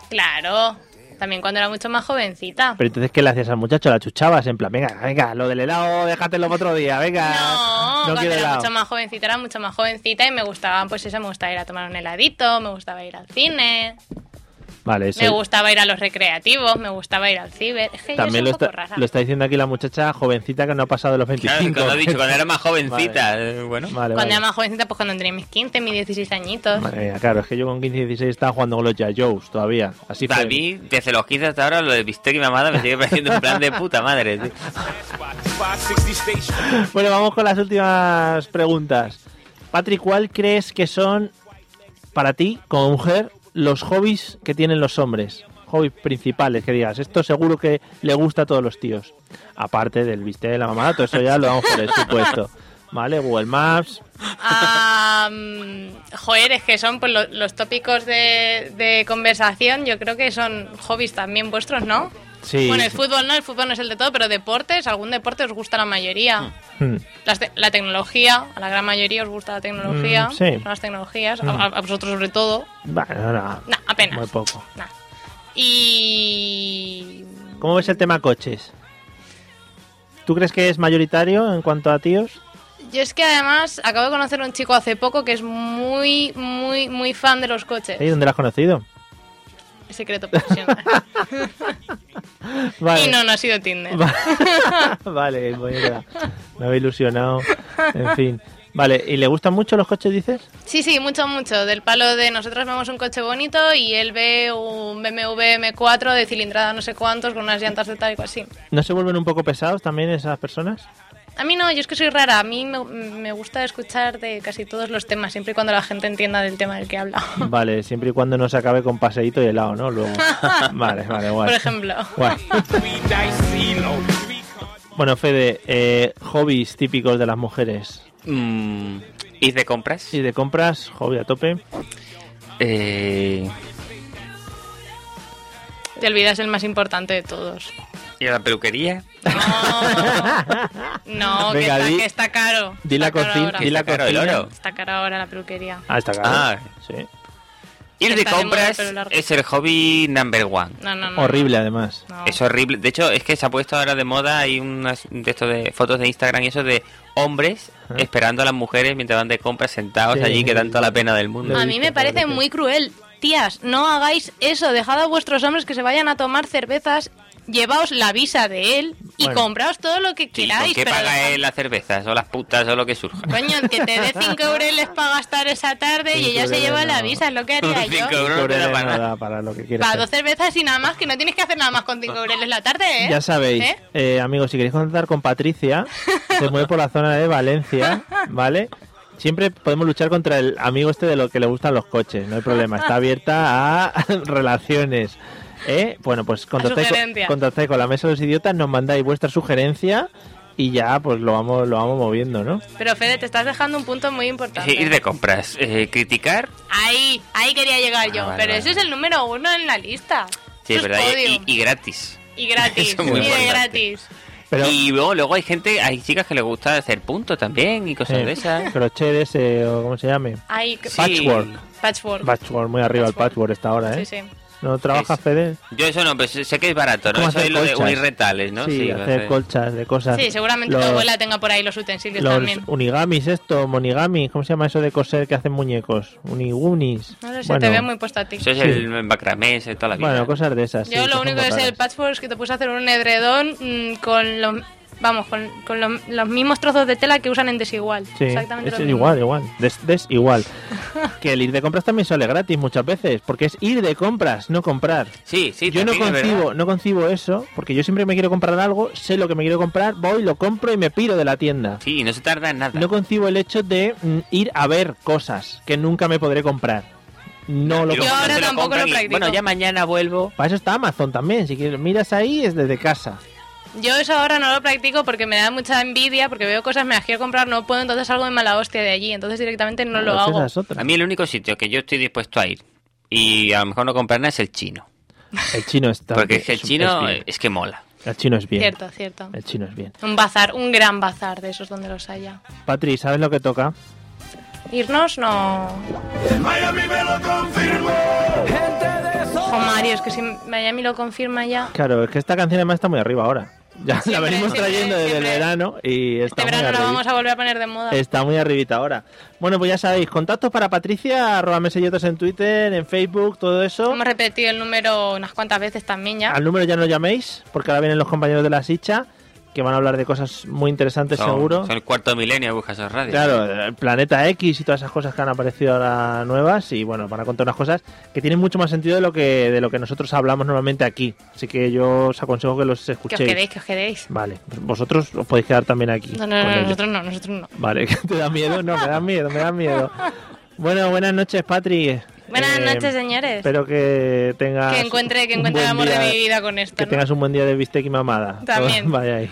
[SPEAKER 2] Claro. También cuando era mucho más jovencita.
[SPEAKER 1] Pero entonces, ¿qué le hacías al muchacho? La chuchabas en plan, venga, venga, lo del helado, déjatelo para otro día, venga.
[SPEAKER 2] No, cuando
[SPEAKER 1] quiero
[SPEAKER 2] era
[SPEAKER 1] helado.
[SPEAKER 2] mucho más jovencita, era mucho más jovencita y me gustaba, pues eso, me gustaba ir a tomar un heladito, me gustaba ir al cine,
[SPEAKER 1] Vale, eso
[SPEAKER 2] me gustaba ir a los recreativos, me gustaba ir al ciber. Es que
[SPEAKER 1] También lo
[SPEAKER 2] yo soy un
[SPEAKER 1] está,
[SPEAKER 2] poco rara.
[SPEAKER 1] lo está diciendo aquí la muchacha jovencita que no ha pasado de los 25.
[SPEAKER 3] Claro, cuando, he dicho, cuando era más jovencita, eh, bueno.
[SPEAKER 1] Vale,
[SPEAKER 2] cuando
[SPEAKER 1] vale.
[SPEAKER 2] era más jovencita, pues cuando tenía mis 15, mis 16 añitos.
[SPEAKER 1] Madre mía, claro, es que yo con 15 y 16 estaba jugando con los Yayos todavía. Así fue.
[SPEAKER 3] A mí, desde los 15 hasta ahora, lo de bistec y mamada me sigue pareciendo un plan de puta madre. tío.
[SPEAKER 1] Bueno, vamos con las últimas preguntas. Patri, ¿cuál crees que son para ti, como mujer, los hobbies que tienen los hombres? Hobbies principales, que digas, esto seguro que le gusta a todos los tíos. Aparte del viste de la mamada, todo eso ya lo damos por supuesto. ¿Vale? Google Maps.
[SPEAKER 2] Ah, mm, joder, es que son pues, lo- los tópicos de, de conversación, yo creo que son hobbies también vuestros, ¿no?
[SPEAKER 1] Sí.
[SPEAKER 2] Bueno, el fútbol no, el fútbol no es el de todo, pero deportes, algún deporte os gusta la mayoría.
[SPEAKER 1] Hmm.
[SPEAKER 2] Las te- la tecnología, a la gran mayoría os gusta la tecnología,
[SPEAKER 1] Mm, sí.
[SPEAKER 2] las tecnologías, a, a vosotros sobre todo.
[SPEAKER 1] Bueno, no.
[SPEAKER 2] Nah, apenas.
[SPEAKER 1] Muy poco.
[SPEAKER 2] Nah. Y...
[SPEAKER 1] ¿Cómo ves el tema coches? ¿Tú crees que es mayoritario en cuanto a tíos?
[SPEAKER 2] Yo es que además acabo de conocer un chico hace poco que es muy, muy, muy fan de los coches.
[SPEAKER 1] ¿Sí? ¿Dónde lo has conocido?
[SPEAKER 2] Secreto profesional.
[SPEAKER 1] Vale.
[SPEAKER 2] Y no, no ha sido Tinder.
[SPEAKER 1] Va- vale, mierda. Me había ilusionado. En fin. Vale, ¿y le gustan mucho los coches, dices?
[SPEAKER 2] Sí, sí, mucho, mucho. Del palo de nosotros vemos un coche bonito y él ve un BMW M4 de cilindrada no sé cuántos con unas llantas de tal y cual así.
[SPEAKER 1] ¿No se vuelven un poco pesados también esas personas?
[SPEAKER 2] A mí no, yo es que soy rara. A mí me, me gusta escuchar de casi todos los temas, siempre y cuando la gente entienda del tema del que habla.
[SPEAKER 1] Vale, siempre y cuando no se acabe con paseíto y helado, ¿no? Luego. Vale, vale, guay.
[SPEAKER 2] Por ejemplo.
[SPEAKER 1] Guay. Bueno, Fede, eh, hobbies típicos de las mujeres.
[SPEAKER 3] Mm, ¿Y de compras?
[SPEAKER 1] Y de compras, hobby a tope.
[SPEAKER 3] Eh,
[SPEAKER 2] Te olvidas el más importante de todos.
[SPEAKER 3] ¿Y a la peluquería?
[SPEAKER 2] No, no
[SPEAKER 1] Venga,
[SPEAKER 2] que,
[SPEAKER 1] di-
[SPEAKER 2] está, que está caro.
[SPEAKER 1] Di
[SPEAKER 2] Está
[SPEAKER 1] la
[SPEAKER 2] caro
[SPEAKER 1] cocina.
[SPEAKER 2] ahora.
[SPEAKER 3] di la- Está caro el oro.
[SPEAKER 2] Está caro ahora la peluquería.
[SPEAKER 1] Ah, está claro.
[SPEAKER 3] Ah.
[SPEAKER 1] Sí.
[SPEAKER 3] Ir de
[SPEAKER 2] Está moda el
[SPEAKER 3] compras
[SPEAKER 2] pelo largo.
[SPEAKER 3] es el hobby number one.
[SPEAKER 2] No, no, no.
[SPEAKER 1] Horrible, además.
[SPEAKER 2] No.
[SPEAKER 3] Es horrible. De hecho, es que se ha puesto ahora de moda. Hay unas de esto de fotos de Instagram y eso de hombres esperando a las mujeres mientras van de compras sentados
[SPEAKER 1] Sí.
[SPEAKER 3] allí que dan toda la pena del mundo.
[SPEAKER 2] A mí me parece muy cruel. Tías, no hagáis eso. Dejad a vuestros hombres que se vayan a tomar cervezas. Llevaos la visa de él y
[SPEAKER 1] Bueno.
[SPEAKER 2] compraos todo lo que
[SPEAKER 3] Sí,
[SPEAKER 2] queráis.
[SPEAKER 3] ¿Con qué
[SPEAKER 2] pero
[SPEAKER 3] paga
[SPEAKER 2] dejad-
[SPEAKER 3] él las cervezas o las putas o lo que surja?
[SPEAKER 2] Coño, que te dé 5 euros para gastar esa tarde y
[SPEAKER 1] Cinco
[SPEAKER 2] ella se
[SPEAKER 1] euros
[SPEAKER 2] lleva la
[SPEAKER 1] no.
[SPEAKER 2] visa, es lo que haría yo.
[SPEAKER 3] Cinco euros no te
[SPEAKER 1] Sobre
[SPEAKER 3] da
[SPEAKER 1] de
[SPEAKER 3] para nada.
[SPEAKER 1] nada para lo que quieras.
[SPEAKER 2] Para
[SPEAKER 1] hacer.
[SPEAKER 2] dos cervezas y nada más, que no tienes que hacer nada más con 5 euros la tarde, ¿eh?
[SPEAKER 1] Ya sabéis,
[SPEAKER 2] ¿Eh?
[SPEAKER 1] eh, amigos, si queréis contactar con Patricia, se mueve por la zona de Valencia, ¿vale? Siempre podemos luchar contra el amigo este de lo que le gustan los coches, no hay problema. Está abierta a relaciones. ¿eh? Bueno, pues contactáis con,
[SPEAKER 2] sugerencias.
[SPEAKER 1] contactáis con la mesa de los idiotas, nos mandáis vuestra sugerencia y ya pues lo vamos, lo vamos moviendo, ¿no?
[SPEAKER 2] Pero Fede, te estás dejando un punto muy
[SPEAKER 3] Sí,
[SPEAKER 2] importante.
[SPEAKER 3] Ir de compras, eh, criticar,
[SPEAKER 2] Ahí, ahí quería llegar yo.
[SPEAKER 3] Ah, vale,
[SPEAKER 2] pero
[SPEAKER 3] vale,
[SPEAKER 2] ese es
[SPEAKER 3] vale.
[SPEAKER 2] el número uno en la lista.
[SPEAKER 3] sí,
[SPEAKER 2] Eso
[SPEAKER 3] es verdad, y-
[SPEAKER 2] Pues podio.
[SPEAKER 3] y, y gratis.
[SPEAKER 2] Y gratis,
[SPEAKER 3] Eso es muy
[SPEAKER 2] y de
[SPEAKER 3] importante.
[SPEAKER 2] gratis.
[SPEAKER 1] Pero
[SPEAKER 3] Y luego, luego hay gente, hay chicas que les gusta hacer punto también y cosas
[SPEAKER 1] eh,
[SPEAKER 3] de esas.
[SPEAKER 1] crochet ese o cómo se llame.
[SPEAKER 2] Ay, qué-
[SPEAKER 3] Sí.
[SPEAKER 1] Patchwork.
[SPEAKER 2] Patchwork.
[SPEAKER 1] Patchwork, muy arriba el
[SPEAKER 2] Patchwork.
[SPEAKER 1] patchwork está ahora, ¿eh?
[SPEAKER 2] Sí, sí.
[SPEAKER 1] ¿No trabaja
[SPEAKER 3] Sí, sí.
[SPEAKER 1] Fede?
[SPEAKER 3] Yo eso no, pero sé sé que es barato,
[SPEAKER 1] ¿Cómo
[SPEAKER 3] ¿no? Eso
[SPEAKER 1] hacer
[SPEAKER 3] es lo de
[SPEAKER 1] colchas?
[SPEAKER 3] unir retales, ¿no?
[SPEAKER 1] Sí, hacer
[SPEAKER 3] hacer-
[SPEAKER 1] colchas de cosas.
[SPEAKER 2] Sí, seguramente
[SPEAKER 1] Los-
[SPEAKER 2] tu abuela tenga por ahí los utensilios
[SPEAKER 1] Los
[SPEAKER 2] también.
[SPEAKER 1] unigamis, esto, monigami, ¿cómo se llama eso de coser que hacen muñecos? Unigunis.
[SPEAKER 2] No lo sé,
[SPEAKER 1] bueno,
[SPEAKER 2] te veo muy puesto a ti.
[SPEAKER 3] Eso es
[SPEAKER 1] Sí.
[SPEAKER 3] el macramé, eso es toda la vida.
[SPEAKER 1] bueno, cosas de esas.
[SPEAKER 2] Yo
[SPEAKER 1] sí,
[SPEAKER 2] lo
[SPEAKER 1] cosas
[SPEAKER 2] único
[SPEAKER 1] muy
[SPEAKER 2] que sé del
[SPEAKER 1] raras.
[SPEAKER 2] patchwork es que te puse a hacer un edredón mm, con los... Vamos, con, con los, los mismos trozos de tela que usan en desigual.
[SPEAKER 1] Sí,
[SPEAKER 2] Exactamente
[SPEAKER 1] es
[SPEAKER 2] lo mismo.
[SPEAKER 1] igual, ¿eh? igual. Des, des- igual. que el ir de compras también sale gratis muchas veces, porque es ir de compras, no comprar.
[SPEAKER 3] sí, sí,
[SPEAKER 1] yo no
[SPEAKER 3] también es verdad.
[SPEAKER 1] concibo, no concibo eso, porque yo siempre me quiero comprar algo, sé lo que me quiero comprar, voy, lo compro y me piro de la tienda.
[SPEAKER 3] Sí, no se tarda en nada.
[SPEAKER 1] No concibo el hecho de mm, ir a ver cosas que nunca me podré comprar. No lo
[SPEAKER 3] Y luego
[SPEAKER 2] Yo
[SPEAKER 3] cuando
[SPEAKER 2] ahora
[SPEAKER 3] te
[SPEAKER 2] tampoco
[SPEAKER 3] compran
[SPEAKER 2] lo
[SPEAKER 3] y,
[SPEAKER 2] practico.
[SPEAKER 3] Bueno, ya mañana vuelvo.
[SPEAKER 1] Para eso está Amazon también. Si quieres, miras ahí es desde casa.
[SPEAKER 2] Yo eso ahora no lo practico porque me da mucha envidia, porque veo cosas, me las quiero comprar, no puedo, entonces salgo de mala hostia de allí, entonces directamente no lo
[SPEAKER 1] Pues
[SPEAKER 2] hago.
[SPEAKER 1] esa es otra.
[SPEAKER 3] A mí el único sitio que yo estoy dispuesto a ir y a lo mejor no comprar nada es el chino.
[SPEAKER 1] El chino está.
[SPEAKER 3] Porque es que el
[SPEAKER 1] es
[SPEAKER 3] chino
[SPEAKER 1] bien.
[SPEAKER 3] es que mola.
[SPEAKER 1] El chino es bien.
[SPEAKER 2] Cierto, cierto.
[SPEAKER 1] El chino es bien.
[SPEAKER 2] Un bazar, un gran bazar de esos donde los haya.
[SPEAKER 1] Patri, ¿sabes lo que toca?
[SPEAKER 2] Irnos no.
[SPEAKER 4] Miami me lo confirmó.
[SPEAKER 2] Ojo, Mario, es que si Miami lo confirma ya.
[SPEAKER 1] Claro, es que esta canción además está muy arriba ahora. Ya la
[SPEAKER 2] Siempre,
[SPEAKER 1] venimos
[SPEAKER 2] siempre,
[SPEAKER 1] trayendo desde
[SPEAKER 2] siempre.
[SPEAKER 1] el verano y está
[SPEAKER 2] Este
[SPEAKER 1] muy
[SPEAKER 2] verano la
[SPEAKER 1] arribi-
[SPEAKER 2] vamos a volver a poner de moda.
[SPEAKER 1] Está muy arribita ahora. Bueno, pues ya sabéis, contactos para Patricia, arroba mesellotas en Twitter, en Facebook, todo eso.
[SPEAKER 2] Hemos repetido el número unas cuantas veces también ya.
[SPEAKER 1] Al número ya no llaméis, porque ahora vienen los compañeros de la Sicha, que van a hablar de cosas muy interesantes
[SPEAKER 3] Son-
[SPEAKER 1] seguro.
[SPEAKER 3] Son el cuarto milenio, buscas esos radios.
[SPEAKER 1] Claro, el planeta X y todas esas cosas que han aparecido ahora nuevas y bueno, van a contar unas cosas que tienen mucho más sentido de lo que de lo que nosotros hablamos normalmente aquí. Así que yo os aconsejo que los
[SPEAKER 2] que
[SPEAKER 1] escuchéis.
[SPEAKER 2] os quedéis, que os quedéis.
[SPEAKER 1] Vale, vosotros os podéis quedar también aquí.
[SPEAKER 2] No, no,
[SPEAKER 1] con
[SPEAKER 2] no,
[SPEAKER 1] ellos.
[SPEAKER 2] nosotros no, nosotros no.
[SPEAKER 1] Vale, que te da miedo, no, me da miedo, me da miedo. Bueno, buenas noches, Patri.
[SPEAKER 2] Buenas
[SPEAKER 1] Eh,
[SPEAKER 2] noches, señores.
[SPEAKER 1] Espero que tengas
[SPEAKER 2] Que encuentre, que
[SPEAKER 1] Ah, un
[SPEAKER 2] encuentre el
[SPEAKER 1] buen
[SPEAKER 2] amor de
[SPEAKER 1] día-
[SPEAKER 2] mi vida con esto.
[SPEAKER 1] Que
[SPEAKER 2] ¿no?
[SPEAKER 1] tengas un buen día de bistec y mamada.
[SPEAKER 2] También.
[SPEAKER 1] Vaya ahí.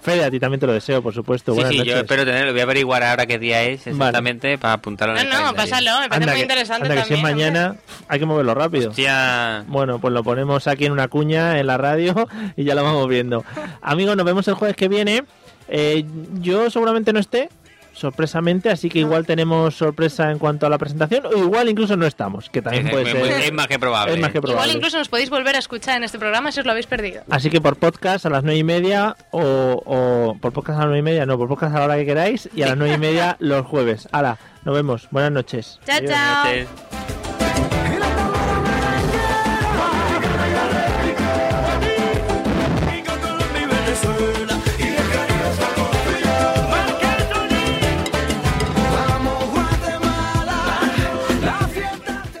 [SPEAKER 1] Fede, a ti también te lo deseo, por supuesto.
[SPEAKER 3] Sí,
[SPEAKER 1] buenas
[SPEAKER 3] sí,
[SPEAKER 1] noches.
[SPEAKER 3] yo espero tenerlo. Voy a averiguar ahora qué día es
[SPEAKER 1] Vale.
[SPEAKER 3] exactamente para apuntarlo en el
[SPEAKER 2] No, no,
[SPEAKER 3] calendario.
[SPEAKER 2] pásalo, me parece muy
[SPEAKER 1] que-
[SPEAKER 2] interesante
[SPEAKER 1] anda que si
[SPEAKER 2] también.
[SPEAKER 1] es
[SPEAKER 2] hombre.
[SPEAKER 1] mañana, hay que moverlo rápido.
[SPEAKER 3] Hostia.
[SPEAKER 1] Bueno, pues lo ponemos aquí en una cuña en la radio y ya lo vamos viendo. Amigos, nos vemos el jueves que viene. Eh, yo seguramente no esté, sorpresamente, así
[SPEAKER 3] Ah.
[SPEAKER 1] que igual tenemos sorpresa en cuanto a la presentación, o igual incluso no estamos, que
[SPEAKER 3] Es,
[SPEAKER 1] también
[SPEAKER 3] es
[SPEAKER 1] puede
[SPEAKER 3] muy-
[SPEAKER 1] ser.
[SPEAKER 3] muy- es más que probable.
[SPEAKER 1] pues es más que
[SPEAKER 2] Igual
[SPEAKER 1] probable.
[SPEAKER 2] incluso nos podéis volver a escuchar en este programa si os lo habéis perdido.
[SPEAKER 1] Así que por podcast a las nueve y media o, o- por podcast a las nueve y media, no, por podcast a la hora que queráis y a las nueve y media los jueves. Hala, nos vemos. Buenas noches.
[SPEAKER 2] Chao,
[SPEAKER 1] Adiós.
[SPEAKER 2] chao.
[SPEAKER 3] Entonces,
[SPEAKER 4] Venga, Colombia y Venezuela. Y de Caribe hasta Colombia. Vamos, Guatemala. La fiesta se